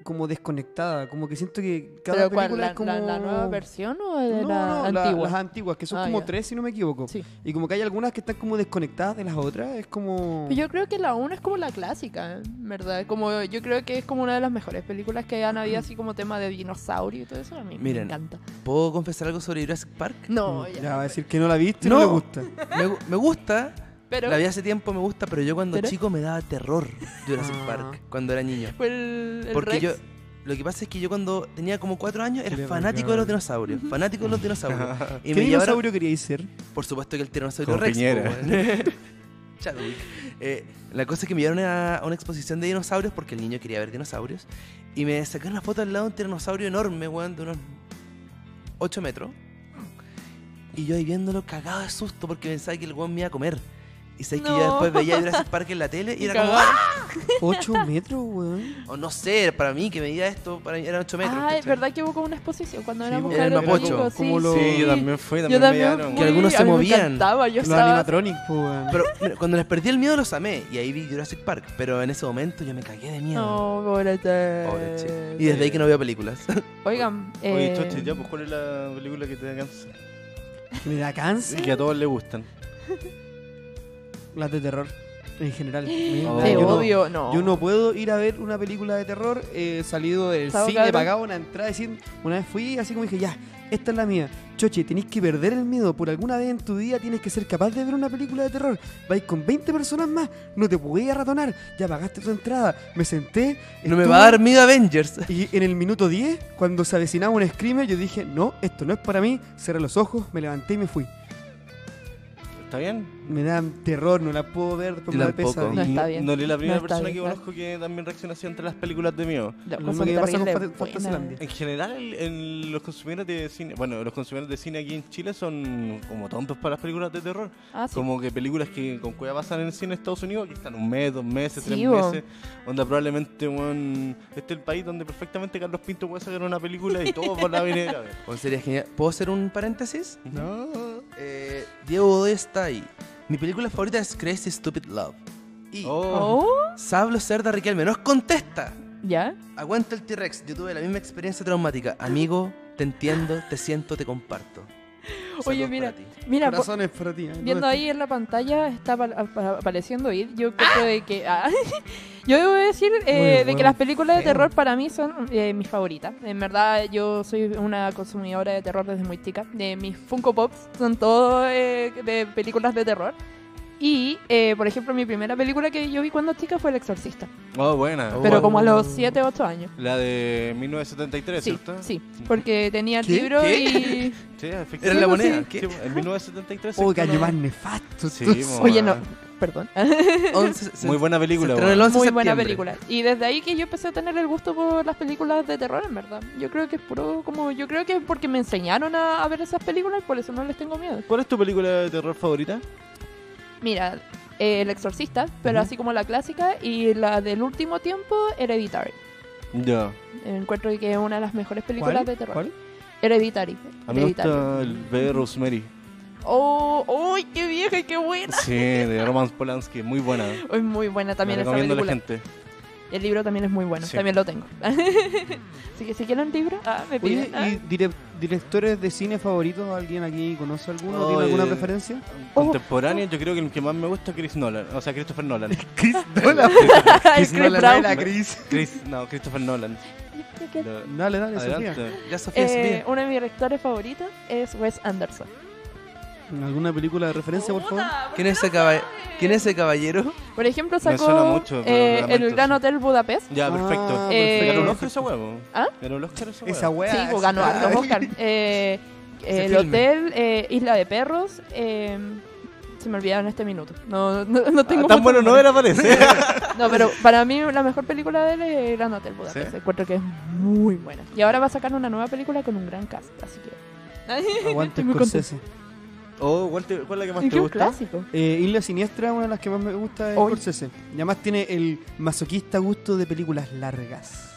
[SPEAKER 4] como desconectada. Como que siento que cada
[SPEAKER 2] ¿Pero cuál?
[SPEAKER 4] película
[SPEAKER 2] La,
[SPEAKER 4] es como...
[SPEAKER 2] la- la nueva versión o de
[SPEAKER 4] No,
[SPEAKER 2] la
[SPEAKER 4] no, la-
[SPEAKER 2] antigua?
[SPEAKER 4] las antiguas, que son
[SPEAKER 2] Ah,
[SPEAKER 4] como
[SPEAKER 2] ya.
[SPEAKER 4] tres, si no me equivoco.
[SPEAKER 2] Sí.
[SPEAKER 4] Y como que hay algunas que están como desconectadas de las otras, es como...
[SPEAKER 2] Pero Yo creo que la 1 es como la clásica, en ¿verdad? Como, yo creo que es como una de las mejores películas que han habido, así como tema de dinosaurio y todo eso. A mí
[SPEAKER 5] Miren.
[SPEAKER 2] me encanta.
[SPEAKER 5] ¿Puedo confesar algo sobre Jurassic Park?
[SPEAKER 2] No,
[SPEAKER 4] Mm, Ya,
[SPEAKER 2] ya.
[SPEAKER 4] va a decir que no la viste y no,
[SPEAKER 5] No.
[SPEAKER 4] le gusta.
[SPEAKER 5] Me, gu- me gusta,
[SPEAKER 2] Pero
[SPEAKER 5] la vi hace tiempo, me gusta, pero yo cuando
[SPEAKER 2] ¿Pero?
[SPEAKER 5] chico me daba terror Jurassic
[SPEAKER 4] Ah.
[SPEAKER 5] Park, cuando era niño.
[SPEAKER 2] fue el, el
[SPEAKER 5] Porque
[SPEAKER 2] Rex.
[SPEAKER 5] yo. Lo que pasa es que yo cuando tenía como cuatro años era
[SPEAKER 4] Era
[SPEAKER 5] fanático de
[SPEAKER 4] bacán.
[SPEAKER 5] los dinosaurios. Fanático de los dinosaurios. Y
[SPEAKER 4] ¿Qué
[SPEAKER 5] me llevaron,
[SPEAKER 4] dinosaurio queríais ser?
[SPEAKER 5] por supuesto que el tiranosaurio
[SPEAKER 3] Como
[SPEAKER 5] Rex. po,
[SPEAKER 3] Piñera.
[SPEAKER 5] weón. Chadwick. Eh, la cosa es que me llevaron a, a una exposición de dinosaurios porque el niño quería ver dinosaurios. Y me sacaron una foto al lado de un tiranosaurio enorme, weón, de unos 8 metros. Y yo ahí viéndolo cagado de susto porque pensaba que el weón me iba a comer. Y sabes que yo
[SPEAKER 2] No.
[SPEAKER 5] después veía Jurassic Park en la tele y
[SPEAKER 2] Y
[SPEAKER 5] era como, "Ah",
[SPEAKER 2] cagado.
[SPEAKER 4] ¿Ocho metros, weón?
[SPEAKER 5] o no sé, para mí que medía esto, para mí eran 8 metros.
[SPEAKER 2] Ah, es
[SPEAKER 5] ¿cachai?
[SPEAKER 2] verdad que hubo como una exposición cuando
[SPEAKER 4] Sí,
[SPEAKER 2] éramos
[SPEAKER 4] en el
[SPEAKER 2] cabros
[SPEAKER 5] Mapocho,
[SPEAKER 2] chicos, sí,
[SPEAKER 4] como lo-
[SPEAKER 2] sí.
[SPEAKER 3] Sí, yo también fui,
[SPEAKER 2] Yo
[SPEAKER 3] también me
[SPEAKER 2] también
[SPEAKER 3] dieron.
[SPEAKER 2] fui,
[SPEAKER 5] Que algunos se
[SPEAKER 2] a mí me
[SPEAKER 5] movían.
[SPEAKER 2] encantaba, yo
[SPEAKER 4] Los
[SPEAKER 2] estaba...
[SPEAKER 4] animatronics, po, weón.
[SPEAKER 5] Pero mira, cuando les perdí el miedo los amé y ahí vi Jurassic Park, pero en ese momento yo me cagué de miedo.
[SPEAKER 2] No, pobre
[SPEAKER 5] Pobre chico.
[SPEAKER 2] te-
[SPEAKER 5] Y desde ahí que no veo películas.
[SPEAKER 2] Oigan, eh...
[SPEAKER 3] Oye, Choche, ya, pues, ¿cuál es la película que te da cáncer?
[SPEAKER 4] Me da cáncer.
[SPEAKER 3] Que a todos les gustan.
[SPEAKER 4] Las de terror, en general.
[SPEAKER 3] Oh.
[SPEAKER 2] te
[SPEAKER 4] Yo no-
[SPEAKER 2] odio, no.
[SPEAKER 4] Yo no puedo ir a ver una película de terror eh, salido del
[SPEAKER 2] Sábado,
[SPEAKER 4] cine,
[SPEAKER 2] cabrón.
[SPEAKER 4] pagado una entrada. Decir, una vez fui así como dije, ya, esta es la mía. Choche, tenés que perder el miedo. Por alguna vez en tu día tienes que ser capaz de ver una película de terror. Vais con 20 personas más, no te podéis ratonar. Ya pagaste tu entrada. Me senté.
[SPEAKER 5] No me
[SPEAKER 4] estuve-
[SPEAKER 5] va a dar miedo Avengers.
[SPEAKER 4] Y en el minuto 10, cuando se avecinaba un screamer, yo dije, no, esto no es para mí. Cerré los ojos, me levanté y me fui.
[SPEAKER 3] ¿Está bien?
[SPEAKER 4] Me da terror, no la puedo ver, después
[SPEAKER 5] Yo
[SPEAKER 4] me da
[SPEAKER 5] tampoco.
[SPEAKER 4] pesadilla.
[SPEAKER 2] No está bien.
[SPEAKER 3] No eres la primera
[SPEAKER 2] No está
[SPEAKER 3] persona
[SPEAKER 2] bien,
[SPEAKER 3] que
[SPEAKER 2] claro.
[SPEAKER 3] conozco que también reacciona así ante las películas de miedo.
[SPEAKER 2] La
[SPEAKER 4] Lo
[SPEAKER 2] cosa
[SPEAKER 4] mismo que pasa con
[SPEAKER 2] terrible,
[SPEAKER 4] Fant- Fantasylandia.
[SPEAKER 3] En general, el- el- los consumidores de cine, bueno, los consumidores de cine aquí en Chile son como tontos para las películas de terror.
[SPEAKER 2] buena. Ah, sí.
[SPEAKER 3] Como que películas que con cueva pasan en el cine de Estados Unidos, que están un mes, dos meses,
[SPEAKER 2] Sí,
[SPEAKER 3] tres
[SPEAKER 2] bo.
[SPEAKER 3] meses, donde probablemente weón, este es el país donde perfectamente Carlos Pinto puede sacar una película y todos van a venir a ver.
[SPEAKER 5] Bueno, sería genial. ¿Puedo hacer un paréntesis?
[SPEAKER 3] No.
[SPEAKER 5] Eh, Diego Godoy está ahí. Mi película favorita es Crazy Stupid Love. Y
[SPEAKER 3] Oh.
[SPEAKER 2] Oh,
[SPEAKER 5] Sablo Cerda Riquelme nos contesta.
[SPEAKER 2] ¿ya?
[SPEAKER 5] Aguanta el T-Rex. Yo tuve la misma experiencia traumática. Amigo, te entiendo, te siento, te comparto.
[SPEAKER 2] Oye,
[SPEAKER 5] Saludos
[SPEAKER 2] mira,
[SPEAKER 5] para ti.
[SPEAKER 2] Mira, po-
[SPEAKER 4] Corazones para ti. ¿eh?
[SPEAKER 2] viendo
[SPEAKER 4] ¿Dónde
[SPEAKER 2] ahí en la pantalla está apal- ap- apareciendo ir. Yo creo de que. ah, yo debo decir eh, de
[SPEAKER 4] bueno.
[SPEAKER 2] que las películas de
[SPEAKER 5] Feo.
[SPEAKER 2] terror para mí son eh, mis favoritas. En verdad, yo soy una consumidora de terror desde muy chica. De mis Funko Pops son todos eh, de películas de terror. Y, eh, por ejemplo, mi primera película que yo vi cuando chica fue El Exorcista.
[SPEAKER 3] Oh, buena.
[SPEAKER 5] Oh.
[SPEAKER 2] Pero
[SPEAKER 5] Wow.
[SPEAKER 2] como a los 7 o 8 años.
[SPEAKER 3] La de 1973,
[SPEAKER 2] Sí,
[SPEAKER 3] ¿cierto?
[SPEAKER 2] sí, porque tenía el
[SPEAKER 5] ¿Qué?
[SPEAKER 2] libro
[SPEAKER 5] ¿Qué?
[SPEAKER 2] y...
[SPEAKER 3] Sí, efectivamente.
[SPEAKER 5] Era la moneda.
[SPEAKER 3] Sí,
[SPEAKER 5] ¿Qué?
[SPEAKER 3] bo, en 1973.
[SPEAKER 4] está? Oh,
[SPEAKER 3] ¿cierto?
[SPEAKER 4] gallo más nefasto.
[SPEAKER 3] Sí,
[SPEAKER 4] entonces.
[SPEAKER 3] mo.
[SPEAKER 2] Oye, no, perdón.
[SPEAKER 5] 11 se-
[SPEAKER 3] Muy buena
[SPEAKER 5] se
[SPEAKER 3] película.
[SPEAKER 5] estrenó el
[SPEAKER 3] bo.
[SPEAKER 5] 11 de
[SPEAKER 2] Muy buena
[SPEAKER 5] septiembre.
[SPEAKER 2] película. Y desde ahí que yo empecé a tener el gusto por las películas de terror, en verdad. Yo creo que es puro como... Yo creo que es porque me enseñaron a, a ver esas películas y por eso no les tengo miedo.
[SPEAKER 3] ¿Cuál es tu película de terror favorita?
[SPEAKER 2] Mira, eh, El Exorcista, pero así como la clásica y la del último tiempo, Hereditary.
[SPEAKER 3] Ya.
[SPEAKER 2] Encuentro que es una de las mejores películas
[SPEAKER 4] ¿Cuál?
[SPEAKER 2] de terror.
[SPEAKER 4] ¿Cuál?
[SPEAKER 2] Hereditary.
[SPEAKER 3] A mí me
[SPEAKER 2] Hereditary.
[SPEAKER 3] gusta el bebé Rosemary.
[SPEAKER 2] ¡Oh! ¡Uy, qué vieja y qué buena!
[SPEAKER 3] Sí, de Roman Polanski, muy buena.
[SPEAKER 2] Es muy buena también
[SPEAKER 3] Me
[SPEAKER 2] esa
[SPEAKER 3] recomiendo a
[SPEAKER 2] película.
[SPEAKER 3] la gente.
[SPEAKER 2] El libro también es muy bueno,
[SPEAKER 3] Sí.
[SPEAKER 2] también lo tengo. Así que si quieren libro, ah, me
[SPEAKER 4] Oye,
[SPEAKER 2] piden. ah.
[SPEAKER 4] ¿y direc- directores de cine favoritos? ¿Alguien aquí conoce alguno?
[SPEAKER 3] Oh,
[SPEAKER 4] ¿Tiene alguna
[SPEAKER 3] eh,
[SPEAKER 4] preferencia?
[SPEAKER 3] Contemporáneo, yo creo que el que más me gusta es Chris Nolan. O sea, Christopher Nolan.
[SPEAKER 2] Ah, Chris
[SPEAKER 5] Nolan,
[SPEAKER 2] Brown.
[SPEAKER 5] la
[SPEAKER 4] Cris.
[SPEAKER 3] Chris, no, Christopher Nolan. Lo-
[SPEAKER 4] Dale, dale, Sofía.
[SPEAKER 3] Adelante.
[SPEAKER 5] Ya Sofía
[SPEAKER 2] Eh,
[SPEAKER 5] Smith.
[SPEAKER 2] uno de mis directores favoritos es Wes Anderson.
[SPEAKER 4] ¿Alguna película de referencia, Oh, por favor?
[SPEAKER 5] ¿Quién es ese caballero? ¿Quién es ese caballero?
[SPEAKER 2] Por ejemplo,
[SPEAKER 3] suena
[SPEAKER 2] sacó
[SPEAKER 3] mucho, pero
[SPEAKER 2] eh,
[SPEAKER 3] lo lamento.
[SPEAKER 2] El Gran Hotel Budapest.
[SPEAKER 3] Ya, perfecto.
[SPEAKER 4] Ah,
[SPEAKER 2] Eh,
[SPEAKER 3] ¿Ganó un
[SPEAKER 4] perfecto.
[SPEAKER 3] Oscar esa huevo?
[SPEAKER 2] ¿Ah?
[SPEAKER 3] ¿Ganó un Oscar esa huevo?
[SPEAKER 4] Esa wea.
[SPEAKER 2] sí, pues, ganó
[SPEAKER 4] esa-
[SPEAKER 2] hartos Oscar. Eh,
[SPEAKER 5] Ese
[SPEAKER 2] el
[SPEAKER 5] filme.
[SPEAKER 2] Hotel, eh, Isla de Perros. eh, se me olvidaron en este minuto. No, no, no tengo
[SPEAKER 3] Ah, tan
[SPEAKER 2] mucho
[SPEAKER 3] bueno no
[SPEAKER 2] memoria.
[SPEAKER 3] era, parece.
[SPEAKER 2] No, pero para mí la mejor película de él es Gran Hotel Budapest.
[SPEAKER 3] ¿Sí?
[SPEAKER 2] Encuentro que es muy buena. Y ahora va a sacar una nueva película con un gran cast, así que...
[SPEAKER 4] Aguante
[SPEAKER 2] Estoy muy contenta.
[SPEAKER 4] Scorsese.
[SPEAKER 3] Oh, ¿cuál, te- cuál es la que más
[SPEAKER 2] Es
[SPEAKER 3] te
[SPEAKER 2] que un
[SPEAKER 3] gusta?
[SPEAKER 2] clásico.
[SPEAKER 4] Eh, Isla Siniestra, una de las que más me gusta es
[SPEAKER 2] Oy.
[SPEAKER 4] Scorsese. Y además tiene el masoquista gusto de películas largas.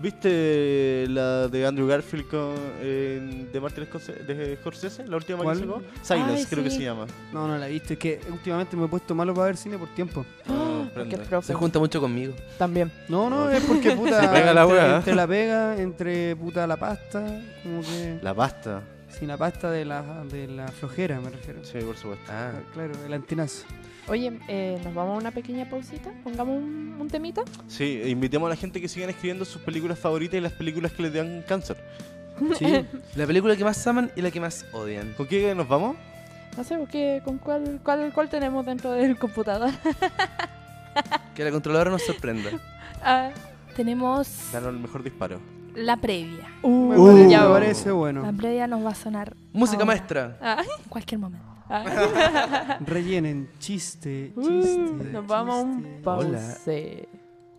[SPEAKER 3] ¿Viste la de Andrew Garfield con, eh, de Martin Scorsese, de Scorsese? La última
[SPEAKER 4] ¿Cuál?
[SPEAKER 3] que sacó. Silence,
[SPEAKER 2] Ay,
[SPEAKER 3] creo que
[SPEAKER 2] sí.
[SPEAKER 3] se llama.
[SPEAKER 4] No, no la viste. Es que últimamente me he puesto malo para ver cine por tiempo.
[SPEAKER 3] Ah,
[SPEAKER 2] Porque
[SPEAKER 3] prende.
[SPEAKER 2] es profe.
[SPEAKER 5] Se junta mucho conmigo.
[SPEAKER 2] También.
[SPEAKER 4] No, no, es porque puta.
[SPEAKER 3] Se pega la
[SPEAKER 4] entre,
[SPEAKER 3] wea.
[SPEAKER 4] entre la pega, entre puta la pasta, como que.
[SPEAKER 3] La pasta.
[SPEAKER 4] Sin la pasta de la, de la flojera, me refiero.
[SPEAKER 3] Sí, por supuesto.
[SPEAKER 5] Ah.
[SPEAKER 4] Claro, el antinazo.
[SPEAKER 2] Oye, eh, nos vamos a una pequeña pausita, pongamos un, un temita.
[SPEAKER 3] Sí, e invitemos a la gente que sigan escribiendo sus películas favoritas y las películas que les dan cáncer.
[SPEAKER 4] Sí.
[SPEAKER 5] La película que más aman y la que más odian.
[SPEAKER 3] ¿Con qué nos vamos?
[SPEAKER 2] No sé, ¿qué, ¿con cuál, cuál, cuál tenemos dentro del computador?
[SPEAKER 5] Que la controladora nos sorprenda.
[SPEAKER 2] Ah,
[SPEAKER 6] tenemos
[SPEAKER 3] Ganaron el mejor disparo.
[SPEAKER 6] la previa.
[SPEAKER 4] Me,
[SPEAKER 2] Uh,
[SPEAKER 4] parece,
[SPEAKER 2] ya
[SPEAKER 4] me
[SPEAKER 2] voy.
[SPEAKER 4] parece
[SPEAKER 6] La
[SPEAKER 4] bueno.
[SPEAKER 6] previa nos va a sonar.
[SPEAKER 5] Música
[SPEAKER 6] ahora,
[SPEAKER 5] maestra.
[SPEAKER 2] Ah,
[SPEAKER 6] En cualquier momento.
[SPEAKER 2] ah,
[SPEAKER 4] Rellenen, chiste,
[SPEAKER 2] uh,
[SPEAKER 4] chiste.
[SPEAKER 2] nos vamos a un
[SPEAKER 4] chiste.
[SPEAKER 5] Hola.
[SPEAKER 2] pause.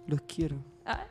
[SPEAKER 4] Los quiero.
[SPEAKER 2] Ah.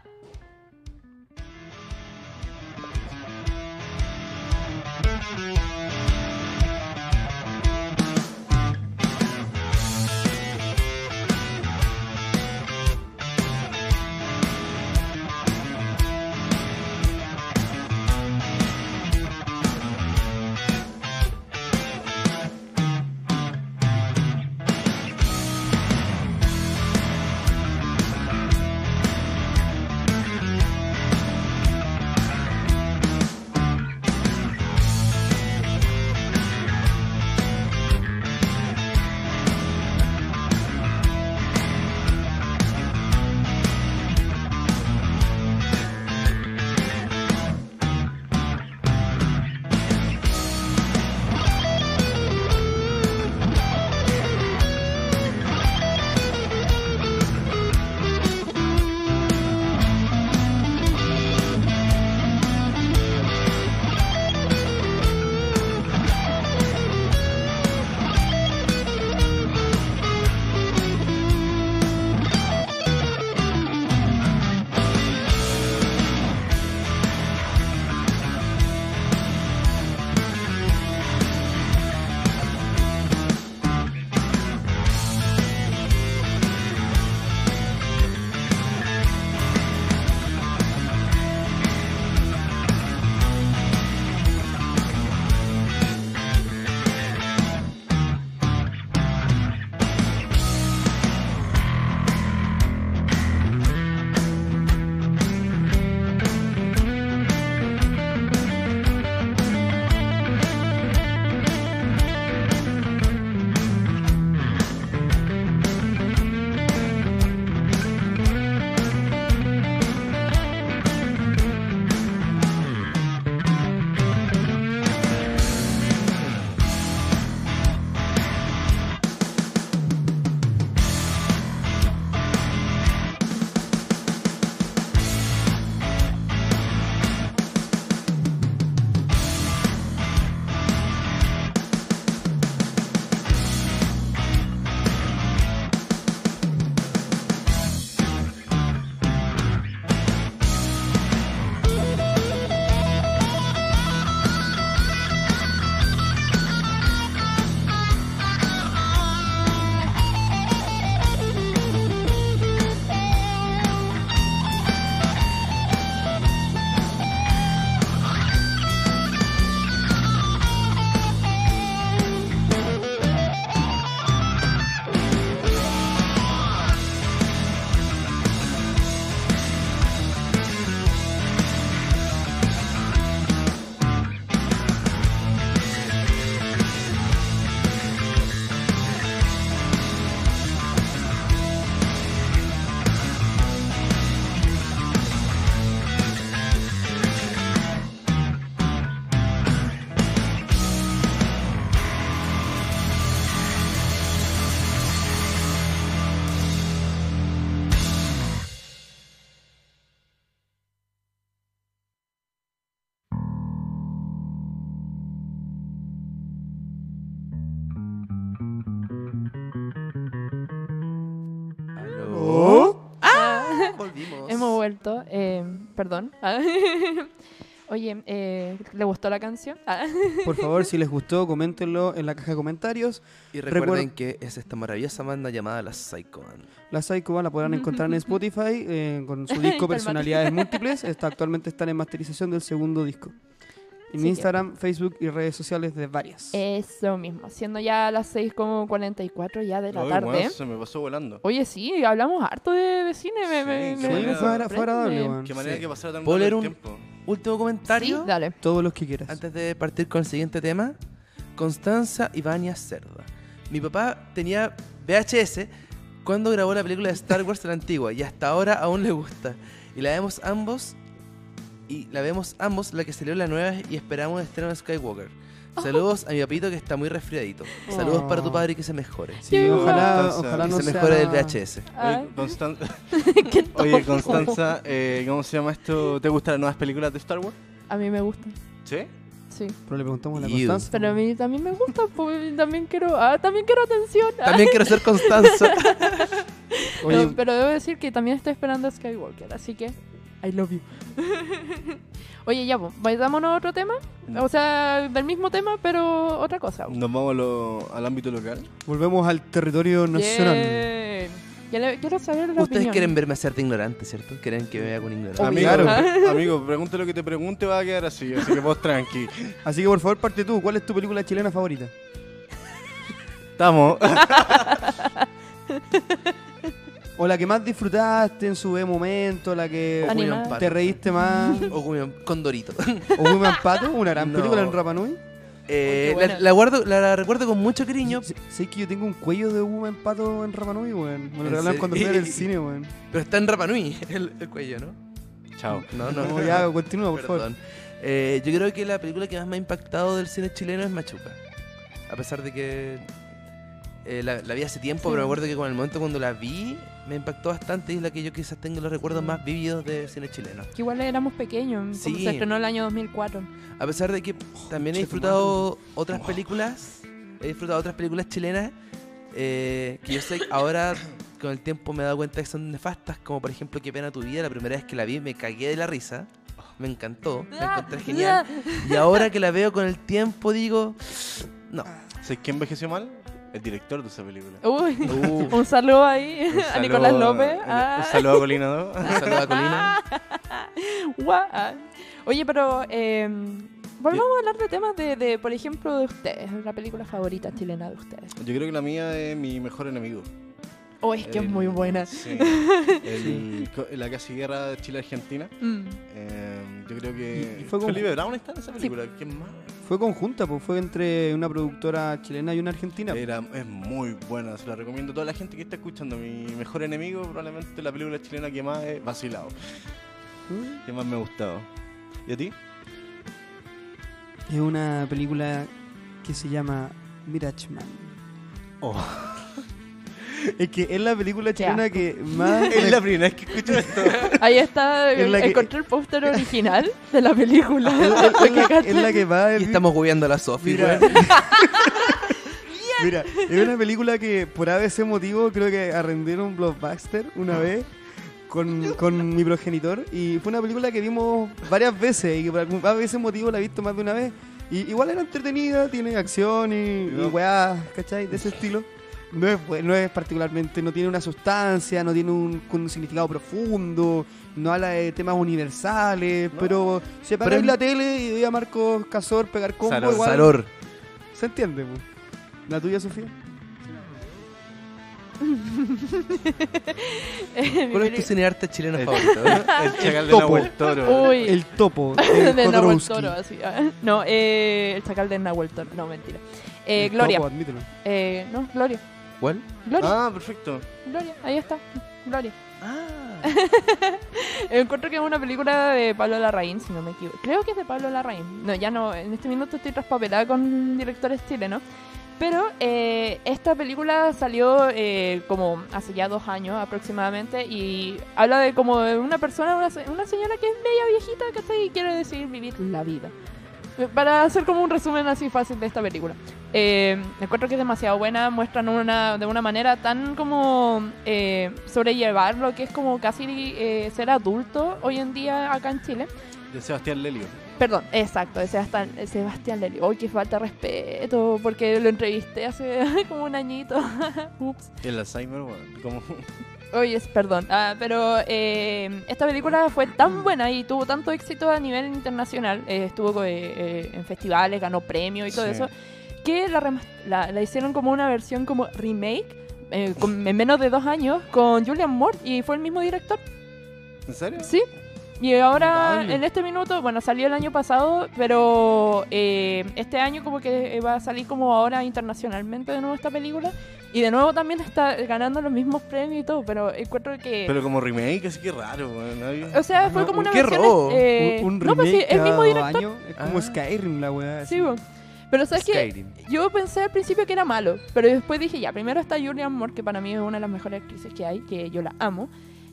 [SPEAKER 2] Oh.
[SPEAKER 3] ¿Oh?
[SPEAKER 5] Volvimos.
[SPEAKER 2] Hemos vuelto. eh, perdón. Ah. Oye, eh, ¿le gustó la canción? Ah.
[SPEAKER 4] Por favor, si les gustó, coméntenlo en la caja de comentarios.
[SPEAKER 5] Y recuerden
[SPEAKER 4] Recuer-
[SPEAKER 5] que es esta maravillosa banda llamada La Psycho Band.
[SPEAKER 4] La Psycho Band la podrán encontrar en Spotify eh, con su disco Personalidades Múltiples. Está, actualmente están en masterización del segundo disco. En
[SPEAKER 2] Así que-
[SPEAKER 4] Instagram, Facebook y redes sociales de varias.
[SPEAKER 2] Eh, Eso mismo. Siendo ya las 6 como 44 ya de la
[SPEAKER 3] Ay,
[SPEAKER 2] tarde.
[SPEAKER 3] weón, se me pasó volando.
[SPEAKER 2] Oye, sí, hablamos harto de, de cine. me- me-
[SPEAKER 3] Sí,
[SPEAKER 4] Sí,
[SPEAKER 2] me-
[SPEAKER 3] manera-
[SPEAKER 4] fue, agra- fue agradable,
[SPEAKER 2] sorprende.
[SPEAKER 4] weón.
[SPEAKER 3] Qué manera
[SPEAKER 5] Sí.
[SPEAKER 3] que pasara tan
[SPEAKER 5] ¿Puedo
[SPEAKER 3] rápido
[SPEAKER 5] leer
[SPEAKER 3] el
[SPEAKER 5] un-
[SPEAKER 3] tiempo.
[SPEAKER 5] Último
[SPEAKER 2] Sí,
[SPEAKER 5] comentario.
[SPEAKER 2] dale.
[SPEAKER 4] Todos los que quieras.
[SPEAKER 5] Antes de partir con el siguiente tema, Constanza Ibaña Cerda. Mi papá tenía VHS cuando grabó la película de Star Wars la antigua y hasta ahora aún le gusta. Y la vemos ambos y la vemos ambos la que salió la nueva y esperamos el estreno de Skywalker. Saludos a mi papito que está muy resfriadito. Saludos para tu padre que se mejore.
[SPEAKER 4] Oh. Sí, ojalá,
[SPEAKER 3] Constanza,
[SPEAKER 4] ojalá
[SPEAKER 5] que
[SPEAKER 4] no
[SPEAKER 5] se
[SPEAKER 4] sea...
[SPEAKER 5] mejore del VHS.
[SPEAKER 2] Ay,
[SPEAKER 3] Constan-
[SPEAKER 2] qué
[SPEAKER 3] Oye,
[SPEAKER 2] tonto.
[SPEAKER 3] Constanza, eh, ¿cómo se llama esto? ¿Te gustan las nuevas películas de Star Wars?
[SPEAKER 2] A mí me gusta,
[SPEAKER 3] ¿Sí?
[SPEAKER 2] sí.
[SPEAKER 4] Pero le preguntamos a la
[SPEAKER 5] Ew.
[SPEAKER 4] Constanza.
[SPEAKER 2] Pero a mí también me gusta, pues, también quiero, ah, también quiero atención. ah.
[SPEAKER 5] También quiero ser Constanza.
[SPEAKER 4] Oye,
[SPEAKER 2] No, pero debo decir que también estoy esperando a Skywalker, así que I love you. Oye, ya, pues, vayámonos a otro tema. O sea, del mismo tema, pero otra cosa.
[SPEAKER 3] Nos vamos a lo- al ámbito local.
[SPEAKER 4] volvemos al territorio nacional.
[SPEAKER 2] Bien. Ya le- Quiero saber la
[SPEAKER 5] Ustedes
[SPEAKER 2] opinión.
[SPEAKER 5] quieren verme hacerte ignorante, ¿cierto? Quieren que me vea con ignorante.
[SPEAKER 4] Obvio.
[SPEAKER 3] Amigo,
[SPEAKER 4] Claro.
[SPEAKER 3] amigo, pregunte lo que te pregunte, va a quedar así, así que vos tranqui.
[SPEAKER 4] Así que por favor, parte tú. ¿Cuál es tu película chilena favorita?
[SPEAKER 3] Estamos.
[SPEAKER 4] O la que más disfrutaste en su momento, la que
[SPEAKER 5] O
[SPEAKER 2] Animal.
[SPEAKER 5] William
[SPEAKER 4] te
[SPEAKER 5] Pato.
[SPEAKER 4] reíste más.
[SPEAKER 5] O William- Condorito.
[SPEAKER 4] o Woman Pato, una gran
[SPEAKER 5] No.
[SPEAKER 4] película en Rapa Nui.
[SPEAKER 5] Eh,
[SPEAKER 2] Ay, qué buena.
[SPEAKER 5] la, la guardo, la, la recuerdo con mucho cariño,
[SPEAKER 4] Sé sé que yo tengo un cuello de Woman Pato en Rapa Nui, weón. Me lo
[SPEAKER 5] ¿En
[SPEAKER 4] regalaron
[SPEAKER 5] serio?
[SPEAKER 4] cuando fui al cine, weón.
[SPEAKER 5] pero está en Rapanui el, el cuello, ¿no?
[SPEAKER 3] Chao.
[SPEAKER 5] No, no,
[SPEAKER 4] No, ya, continúa, por favor.
[SPEAKER 5] Perdón. Eh, yo creo que la película que más me ha impactado del cine chileno es Machuca. A pesar de que eh, la, la vi hace tiempo, pero me acuerdo que con el momento cuando la vi me impactó bastante y es la que yo quizás tengo los recuerdos más vividos del cine chileno.
[SPEAKER 2] Que igual éramos pequeños,
[SPEAKER 5] Sí.
[SPEAKER 2] como se estrenó el año 2004.
[SPEAKER 5] A pesar de que también he
[SPEAKER 4] Che,
[SPEAKER 5] disfrutado otras películas, he disfrutado otras películas chilenas eh, que yo sé que ahora con el tiempo me he dado cuenta que son nefastas, como por ejemplo Qué pena tu vida, la primera vez que la vi me cagué de la risa, me encantó, me
[SPEAKER 2] Ah,
[SPEAKER 5] encontré genial. Y ahora que la veo con el tiempo digo, no.
[SPEAKER 3] ¿Sabes quién envejeció mal? El director de esa película.
[SPEAKER 2] ah, Uy,
[SPEAKER 5] Uh,
[SPEAKER 2] un saludo ahí
[SPEAKER 3] Un
[SPEAKER 2] a
[SPEAKER 3] saludo-
[SPEAKER 2] Nicolás López.
[SPEAKER 3] un-
[SPEAKER 2] Ah.
[SPEAKER 3] Un saludo a Colina ¿no?
[SPEAKER 5] un saludo a Colina.
[SPEAKER 2] Ah, Guau. Oye, pero eh, volvamos a hablar de temas de, de, por ejemplo, de ustedes, la película favorita chilena de ustedes.
[SPEAKER 3] Yo creo que la mía es mi mejor enemigo.
[SPEAKER 2] Oh, es que es
[SPEAKER 3] El-
[SPEAKER 2] muy buena.
[SPEAKER 3] Eh, Sí. El- co- la casi guerra de Chile-Argentina.
[SPEAKER 2] Mm.
[SPEAKER 3] Eh, yo creo que.
[SPEAKER 4] Y- y fue como-
[SPEAKER 3] Felipe Brown está en esa película. ¿Quién más?
[SPEAKER 4] Fue conjunta, pues fue entre una productora chilena y una argentina.
[SPEAKER 3] Era, es muy buena, se la recomiendo a toda la gente que está escuchando. Mi mejor enemigo, probablemente la película chilena que más he vacilado,
[SPEAKER 4] ¿Mm?
[SPEAKER 3] que más me ha gustado. ¿Y a ti?
[SPEAKER 4] Es una película que se llama Mirage Man.
[SPEAKER 5] Oh.
[SPEAKER 4] es que es la película chilena
[SPEAKER 2] asco.
[SPEAKER 4] que más...
[SPEAKER 3] Es la primera vez que escucho esto.
[SPEAKER 2] Ahí está,
[SPEAKER 4] Es la que- Ah,
[SPEAKER 2] encontré el póster original de la película.
[SPEAKER 4] es, la, es la que va...
[SPEAKER 5] Y estamos hueveando a la Sofi,
[SPEAKER 4] Mira,
[SPEAKER 5] weón.
[SPEAKER 4] Mira, es una película que por ese motivo creo que arrendieron Blockbuster una vez con, con mi progenitor y fue una película que vimos varias veces y que por algún por ese motivo la he visto más de una vez. Y igual era entretenida, tiene acción y, y weá, ¿cachai? De ese estilo. No es, bu- no es particularmente, no tiene una sustancia, no tiene un, con un significado profundo, no habla de temas universales, pero se paró
[SPEAKER 5] Pero
[SPEAKER 4] en
[SPEAKER 5] es-
[SPEAKER 4] la tele y veía a Marcos Casor pegar combo
[SPEAKER 3] Salor,
[SPEAKER 4] igual.
[SPEAKER 5] Salor.
[SPEAKER 4] Se entiende, po. La tuya, Sofía.
[SPEAKER 5] ¿Cuál es tu cinearte chileno
[SPEAKER 3] El-
[SPEAKER 5] favorito?
[SPEAKER 3] El chacal de
[SPEAKER 4] topo.
[SPEAKER 3] Nahuel Toro.
[SPEAKER 2] Uy. Eh,
[SPEAKER 4] El topo.
[SPEAKER 2] de
[SPEAKER 4] De
[SPEAKER 2] Nahuel
[SPEAKER 4] Jodorowsky.
[SPEAKER 2] Toro, así. ah. No, eh, el chacal de Nahuel Toro. No, mentira. Eh,
[SPEAKER 4] El
[SPEAKER 2] Gloria.
[SPEAKER 4] topo, admítelo.
[SPEAKER 2] Eh, no, Gloria.
[SPEAKER 5] ¿Cuál?
[SPEAKER 2] Gloria,
[SPEAKER 3] Ah, perfecto.
[SPEAKER 2] Gloria. Ahí está. Gloria.
[SPEAKER 5] Ah,
[SPEAKER 2] Encuentro que es una película de Pablo Larraín, si no me equivoco. Creo que es de Pablo Larraín. No, ya no, en este minuto estoy traspapelada con directores chilenos. Pero eh, esta película salió eh, como hace ya dos años aproximadamente y habla de como de una persona, una, se- una señora que es media viejita, ¿cachai? Y quiere decidir vivir la vida. Eh, Para hacer como un resumen así fácil de esta película. Eh, encuentro que es demasiado buena, muestran una, de una manera tan como eh, sobrellevar lo que es como casi eh, ser adulto hoy en día acá en Chile.
[SPEAKER 3] De Sebastián Lelio.
[SPEAKER 2] Perdón, exacto, de Sebastián, eh, Sebastián Lelio. Hoy que falta de respeto, porque lo entrevisté hace como un añito. Ups.
[SPEAKER 3] El Alzheimer, bueno, como
[SPEAKER 2] Oye, es- perdón, Ah, pero eh, esta película fue tan buena y tuvo tanto éxito a nivel internacional, eh, estuvo eh, eh, en festivales, ganó premios y todo
[SPEAKER 3] Sí.
[SPEAKER 2] eso, que la, remas- la, la hicieron como una versión como remake, eh, con- en menos de dos años, con Julian Moore y fue el mismo director.
[SPEAKER 3] ¿En serio?
[SPEAKER 2] Sí. Y ahora,
[SPEAKER 4] Notable.
[SPEAKER 2] en este minuto, bueno, salió el año pasado, pero eh, este año como que eh, va a salir como ahora internacionalmente de nuevo esta película. Y de nuevo también está ganando los mismos premios y todo, pero encuentro que...
[SPEAKER 3] Pero como remake, así que raro, bueno, nadie-
[SPEAKER 2] o sea, fue como
[SPEAKER 5] un-
[SPEAKER 2] una
[SPEAKER 5] qué
[SPEAKER 2] versión...
[SPEAKER 5] robo.
[SPEAKER 2] eh,
[SPEAKER 4] Un, un
[SPEAKER 2] no, pues sí,
[SPEAKER 4] remake
[SPEAKER 2] el mismo
[SPEAKER 4] cada
[SPEAKER 2] director.
[SPEAKER 4] año. Es como
[SPEAKER 5] Ah.
[SPEAKER 4] Skyrim, la weá.
[SPEAKER 2] Sí,
[SPEAKER 4] así.
[SPEAKER 2] bo. Pero sabes que
[SPEAKER 5] Skyrim.
[SPEAKER 2] yo pensé al principio que era malo, pero después dije, ya, primero está Julianne Moore, que para mí es una de las mejores actrices que hay, que yo la amo.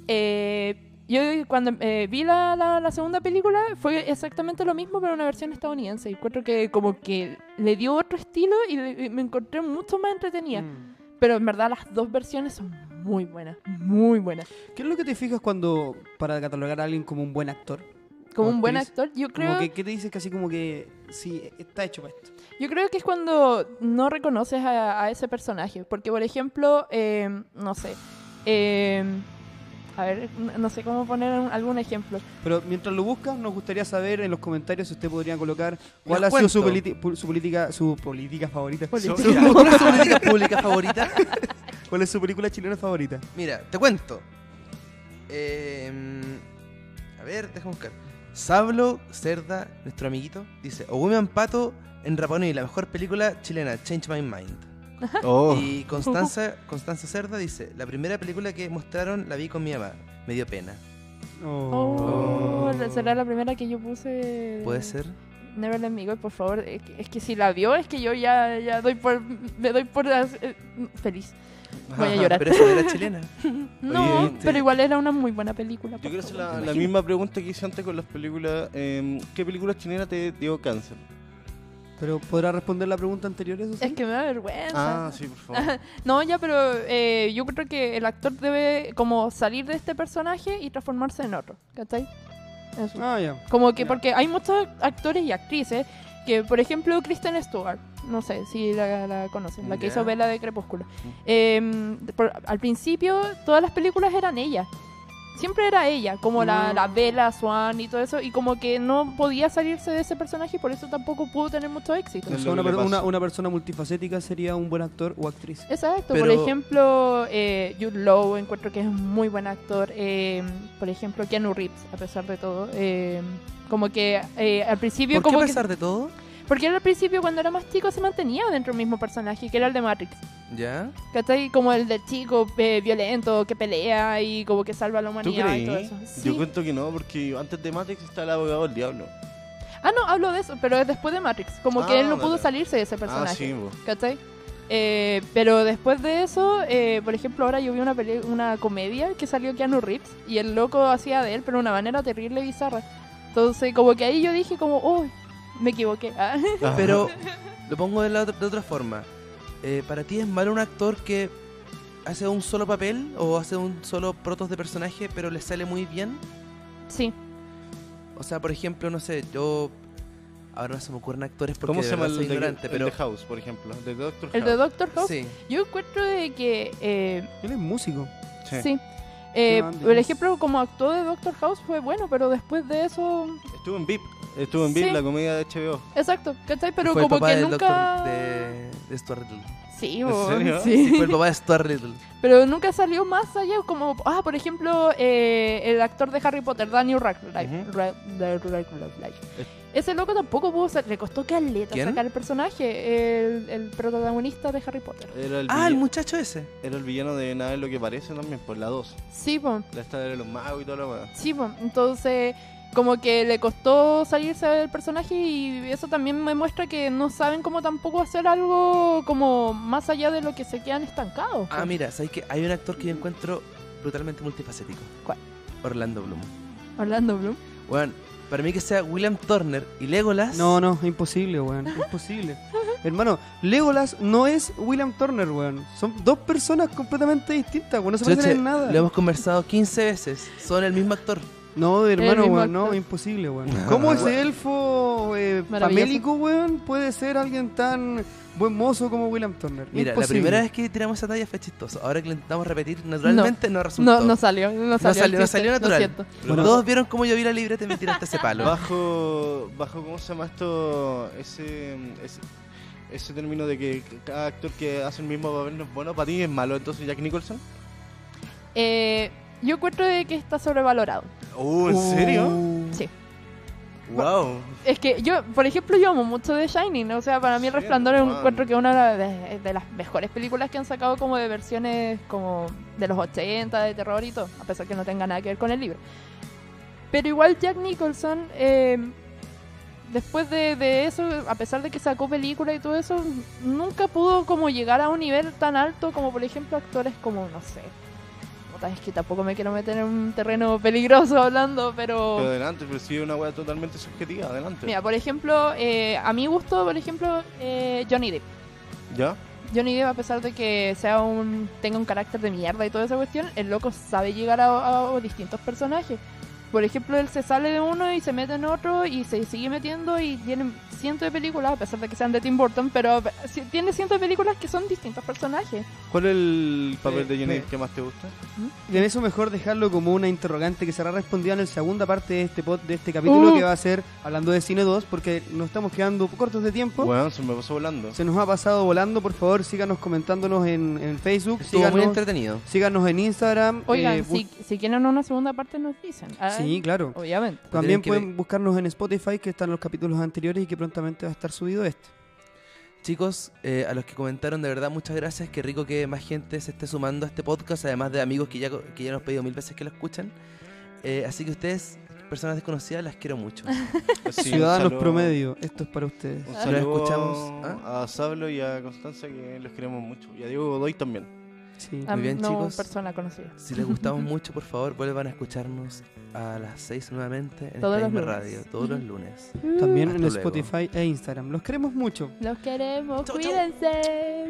[SPEAKER 2] Eh, yo cuando eh, vi la, la- la segunda película fue exactamente lo mismo, pero una versión estadounidense. Y encuentro que como que le dio otro estilo y, le- y me encontré mucho más entretenida.
[SPEAKER 4] Mm.
[SPEAKER 2] Pero en verdad las dos versiones son muy buenas, muy buenas.
[SPEAKER 4] ¿Qué es lo que te fijas cuando para catalogar a alguien como un buen actor?
[SPEAKER 2] Como
[SPEAKER 4] Como
[SPEAKER 2] un buen
[SPEAKER 4] actriz,
[SPEAKER 2] actor, yo creo...
[SPEAKER 4] Como que, ¿Qué te dices casi como que sí, está hecho para esto?
[SPEAKER 2] Yo creo que es cuando no reconoces a, a ese personaje. Porque, por ejemplo, eh, no sé. eh, a ver, n- no sé cómo poner un- algún ejemplo.
[SPEAKER 4] Pero mientras lo buscas, nos gustaría saber en los comentarios si usted podría colocar cuál
[SPEAKER 5] Les
[SPEAKER 4] ha sido su,
[SPEAKER 5] cuento.
[SPEAKER 4] politi- pu- su política su política favorita.
[SPEAKER 5] Su-
[SPEAKER 4] Su-
[SPEAKER 5] ¿Cuál es su política pública favorita?
[SPEAKER 4] ¿Cuál es su película chilena favorita?
[SPEAKER 5] Mira, te cuento. Em, a ver, déjame buscar. Sablo Cerda, nuestro amiguito, dice: O Women Pato en Rapón y la mejor película chilena, Change My Mind.
[SPEAKER 3] Oh,
[SPEAKER 5] Y Constanza, Constanza Cerda dice: La primera película que mostraron la vi con mi mamá. Me dio pena.
[SPEAKER 2] Oh, será la primera que yo puse.
[SPEAKER 5] ¿Puede ser?
[SPEAKER 2] Never Let Me Go, por favor. Es que, es que si la vio, es que yo ya, ya doy por. Me doy por. as- eh, feliz. Voy a llorar.
[SPEAKER 5] Pero esa era chilena.
[SPEAKER 2] No,
[SPEAKER 3] este-
[SPEAKER 2] pero igual era una muy buena película.
[SPEAKER 3] Yo
[SPEAKER 2] por
[SPEAKER 3] quiero hacer
[SPEAKER 2] favor.
[SPEAKER 3] la,
[SPEAKER 5] Me
[SPEAKER 3] la
[SPEAKER 5] imagino.
[SPEAKER 3] misma pregunta que hice antes con las películas. em, ¿Qué película chilena te dio cáncer?
[SPEAKER 4] Pero podrá responder la pregunta anterior eso sí?
[SPEAKER 2] Es que me da vergüenza.
[SPEAKER 3] Ah, sí, por favor.
[SPEAKER 2] No, ya, pero eh, yo creo que el actor debe como salir de este personaje y transformarse en otro, ¿cachai? Eso.
[SPEAKER 4] Ah, ya.
[SPEAKER 2] Como que
[SPEAKER 4] ya.
[SPEAKER 2] porque hay muchos actores y actrices que, por ejemplo, Kristen Stewart, no sé si la, la conocen, la que
[SPEAKER 5] Ya.
[SPEAKER 2] hizo Vela de Crepúsculo. Em, por- al principio todas las películas eran ella. Siempre era ella, como la, la Bella Swan y todo eso, y como que no podía salirse de ese personaje y por eso tampoco pudo tener mucho éxito.
[SPEAKER 3] Es
[SPEAKER 4] O sea,
[SPEAKER 3] lo
[SPEAKER 4] una,
[SPEAKER 3] que le
[SPEAKER 4] per- una-
[SPEAKER 3] pasa.
[SPEAKER 4] una persona multifacética sería un buen actor o actriz.
[SPEAKER 2] Exacto, por
[SPEAKER 5] Pero-
[SPEAKER 2] ejemplo, eh, Jude Law encuentro que es un muy buen actor. eh, por ejemplo, Keanu Reeves, a pesar de todo. eh, como que eh, al principio...
[SPEAKER 5] ¿Por qué
[SPEAKER 2] como
[SPEAKER 5] a
[SPEAKER 2] que-
[SPEAKER 5] pesar de todo?
[SPEAKER 2] porque él al principio cuando era más chico se mantenía dentro del mismo personaje, que era el de Matrix.
[SPEAKER 5] ¿Ya?
[SPEAKER 2] ¿Cachai? Como el del chico eh, violento que pelea y como que salva a la
[SPEAKER 3] ¿Tú
[SPEAKER 2] humanidad y todo
[SPEAKER 3] creí?
[SPEAKER 2] eso. Sí.
[SPEAKER 3] Yo cuento que no, porque antes de Matrix está el abogado del diablo.
[SPEAKER 2] Ah, no, hablo de eso, pero es después de Matrix. Como que
[SPEAKER 3] Ah,
[SPEAKER 2] él no pudo
[SPEAKER 3] vale.
[SPEAKER 2] salirse de ese
[SPEAKER 3] Ah,
[SPEAKER 2] personaje.
[SPEAKER 3] sí, bo.
[SPEAKER 2] ¿cachai? Eh, pero después de eso, eh, por ejemplo, ahora yo vi una, peli- una comedia que salió Keanu Reeves y el loco hacía de él, pero de una manera terrible y bizarra. Entonces, como que ahí yo dije como, uy, me equivoqué. Ah,
[SPEAKER 3] Ah,
[SPEAKER 5] Pero lo pongo de, la otra, de otra forma. Eh, ¿Para ti es malo un actor que hace un solo papel o hace un solo protos de personaje pero le sale muy bien?
[SPEAKER 2] sí.
[SPEAKER 5] O sea, por ejemplo, no sé, yo... Ahora no se me ocurren actores porque
[SPEAKER 3] ¿Cómo
[SPEAKER 5] de
[SPEAKER 3] se llama
[SPEAKER 5] verdad
[SPEAKER 3] el
[SPEAKER 5] soy
[SPEAKER 3] de,
[SPEAKER 5] ignorante,
[SPEAKER 3] el
[SPEAKER 5] pero...
[SPEAKER 3] de House, por ejemplo? El de Doctor
[SPEAKER 2] El
[SPEAKER 3] House.
[SPEAKER 2] de Doctor House,
[SPEAKER 5] Sí,
[SPEAKER 2] yo encuentro de que... eh,
[SPEAKER 4] Él es músico.
[SPEAKER 3] Sí.
[SPEAKER 2] sí. Eh,
[SPEAKER 4] No,
[SPEAKER 2] el
[SPEAKER 4] Dios.
[SPEAKER 2] ejemplo como actuó de Doctor House fue bueno, pero después de eso...
[SPEAKER 3] Estuvo en VIP. Estuvo en
[SPEAKER 2] Sí.
[SPEAKER 3] VIP, la comedia de HBO.
[SPEAKER 2] Exacto, ¿cachai? Pero
[SPEAKER 5] fue el
[SPEAKER 2] como
[SPEAKER 5] papá
[SPEAKER 2] que
[SPEAKER 5] del
[SPEAKER 2] nunca...
[SPEAKER 5] doctor de, de Stuart Little.
[SPEAKER 2] Sí,
[SPEAKER 3] ¿En
[SPEAKER 2] bo,
[SPEAKER 3] serio?
[SPEAKER 2] sí.
[SPEAKER 5] Fue el papá de Stuart Little.
[SPEAKER 2] Pero nunca salió más allá, como, ah, por ejemplo, eh, el actor de Harry Potter, Daniel Radcliffe.
[SPEAKER 3] Ujú.
[SPEAKER 2] Ra- Ra- Radcliffe. Ese loco tampoco pudo, sa- le costó caleta
[SPEAKER 5] ¿Quién?
[SPEAKER 2] sacar el personaje, el, el protagonista de Harry Potter.
[SPEAKER 3] Era el,
[SPEAKER 5] Ah, el
[SPEAKER 3] villa-
[SPEAKER 5] muchacho ese.
[SPEAKER 3] era el villano de Nada es lo que parece también, por la 2.
[SPEAKER 2] Sí, po,
[SPEAKER 3] La esta de los magos y todo lo demás.
[SPEAKER 2] sí, po. entonces como que le costó salirse del personaje y eso también me muestra que no saben cómo tampoco hacer algo como más allá de lo que se quedan estancados. po.
[SPEAKER 5] Ah, mira, ¿sabes que Hay un actor que yo encuentro brutalmente multifacético.
[SPEAKER 2] ¿Cuál?
[SPEAKER 5] Orlando Bloom.
[SPEAKER 2] Orlando Bloom.
[SPEAKER 5] Bueno, para mí que sea William Turner y
[SPEAKER 2] Ah,
[SPEAKER 5] Legolas...
[SPEAKER 4] No, no, es imposible, weón. es Imposible. Hermano, Legolas no es William Turner, weón. Son dos personas completamente distintas, weón. No se parecen
[SPEAKER 5] Choche,
[SPEAKER 4] en nada.
[SPEAKER 5] Lo hemos conversado 15 veces. Son el mismo actor.
[SPEAKER 4] No, hermano,
[SPEAKER 2] mismo
[SPEAKER 4] weón, no,
[SPEAKER 2] actor.
[SPEAKER 4] imposible, weón.
[SPEAKER 5] Ah,
[SPEAKER 4] ¿Cómo ese elfo eh,
[SPEAKER 2] Maravilloso.
[SPEAKER 4] famélico, weón, puede ser alguien tan buen mozo como William Turner?
[SPEAKER 5] Mira, la
[SPEAKER 4] Imposible.
[SPEAKER 5] primera vez que tiramos esa talla fue chistoso. Ahora que lo intentamos repetir, naturalmente no, resultó.
[SPEAKER 2] No, no salió, no salió. el
[SPEAKER 5] salió, no
[SPEAKER 2] chiste,
[SPEAKER 5] salió
[SPEAKER 2] lo
[SPEAKER 5] natural.
[SPEAKER 2] siento.
[SPEAKER 5] Bueno, Todos vieron cómo yo vi la libreta y me tiraste ese
[SPEAKER 3] Ah,
[SPEAKER 5] palo.
[SPEAKER 3] Bajo, bajo, ¿cómo se llama esto? Ese, ese, ese término de que cada actor que hace el mismo papel no es bueno, para ti es malo, entonces Jack Nicholson.
[SPEAKER 2] Eh, yo encuentro de que está sobrevalorado. Uh,
[SPEAKER 3] Oh, ¿en serio?
[SPEAKER 2] Sí.
[SPEAKER 5] Wow.
[SPEAKER 2] Es que yo, por ejemplo, yo amo mucho The Shining. O sea, para mí El
[SPEAKER 3] Sí,
[SPEAKER 2] Resplandor es un
[SPEAKER 3] man.
[SPEAKER 2] encuentro que es una de, de las mejores películas que han sacado como de versiones como de los 80, de terror y todo. A pesar que no tenga nada que ver con el libro. Pero igual Jack Nicholson eh, después de, de eso, a pesar de que sacó película y todo eso, nunca pudo como llegar a un nivel tan alto como por ejemplo actores como, no sé. puta, Es que tampoco me quiero meter en un terreno peligroso hablando,
[SPEAKER 3] Pero adelante, pero si es una weá totalmente subjetiva, adelante.
[SPEAKER 2] Mira, por ejemplo, eh, a mi gusto, por ejemplo, eh, Johnny Depp.
[SPEAKER 3] ¿Ya?
[SPEAKER 2] Johnny Depp, a pesar de que sea un tenga un carácter de mierda y toda esa cuestión, el loco sabe llegar a, a distintos personajes. Por ejemplo, él se sale de uno y se mete en otro y se sigue metiendo y tiene cientos de películas, a pesar de que sean de Tim Burton, pero sí- tiene cientos de películas que son distintos personajes.
[SPEAKER 3] ¿Cuál es el papel de
[SPEAKER 4] Eh,
[SPEAKER 3] Johnny
[SPEAKER 4] eh.
[SPEAKER 3] Depp que más te gusta?
[SPEAKER 4] Y en eso mejor dejarlo como una interrogante que será respondida en la segunda parte de este pod- de este capítulo
[SPEAKER 2] Uh.
[SPEAKER 4] que va a ser hablando de cine 2 porque nos estamos quedando cortos de tiempo.
[SPEAKER 3] Weón, se me pasó volando.
[SPEAKER 4] Se nos ha pasado volando, por favor, síganos comentándonos en, en Facebook,
[SPEAKER 5] Estuvo muy
[SPEAKER 4] síganos,
[SPEAKER 5] entretenido.
[SPEAKER 4] síganos en Instagram.
[SPEAKER 2] Oigan,
[SPEAKER 4] eh,
[SPEAKER 2] si,
[SPEAKER 4] bus-
[SPEAKER 2] si quieren una segunda parte nos dicen. Ah,
[SPEAKER 4] sí, claro.
[SPEAKER 2] Obviamente.
[SPEAKER 5] tienen
[SPEAKER 4] También
[SPEAKER 5] que
[SPEAKER 4] pueden buscarnos en Spotify que están los capítulos anteriores y que prontamente va a estar subido este.
[SPEAKER 5] Chicos, eh, a los que comentaron, de verdad, muchas gracias. Qué rico que más gente se esté sumando a este podcast, además de amigos que ya, co- que ya nos han pedido mil veces que lo escuchan. Eh, así que ustedes, personas desconocidas, las quiero mucho.
[SPEAKER 3] Sí, un
[SPEAKER 4] Ciudadanos
[SPEAKER 3] saludo-
[SPEAKER 4] promedio, esto es para ustedes.
[SPEAKER 3] Un
[SPEAKER 5] Lo
[SPEAKER 3] saludo
[SPEAKER 5] escuchamos, ¿ah?
[SPEAKER 3] a Sablo y a Constanza que los queremos mucho. Y a Diego Godoy también.
[SPEAKER 4] Sí.
[SPEAKER 2] Ah,
[SPEAKER 5] bien,
[SPEAKER 2] no
[SPEAKER 5] chicos.
[SPEAKER 2] persona conocida.
[SPEAKER 5] Si les gustamos mucho, por favor, vuelvan a escucharnos a las 6 nuevamente en
[SPEAKER 2] Todos los
[SPEAKER 5] FM
[SPEAKER 2] lunes.
[SPEAKER 5] Radio, todos los
[SPEAKER 2] Ujú.
[SPEAKER 5] lunes.
[SPEAKER 4] También
[SPEAKER 5] Hasta
[SPEAKER 4] en
[SPEAKER 5] luego.
[SPEAKER 4] Spotify e Instagram. Los queremos mucho.
[SPEAKER 2] Los queremos,
[SPEAKER 5] Chau, chau.
[SPEAKER 2] cuídense.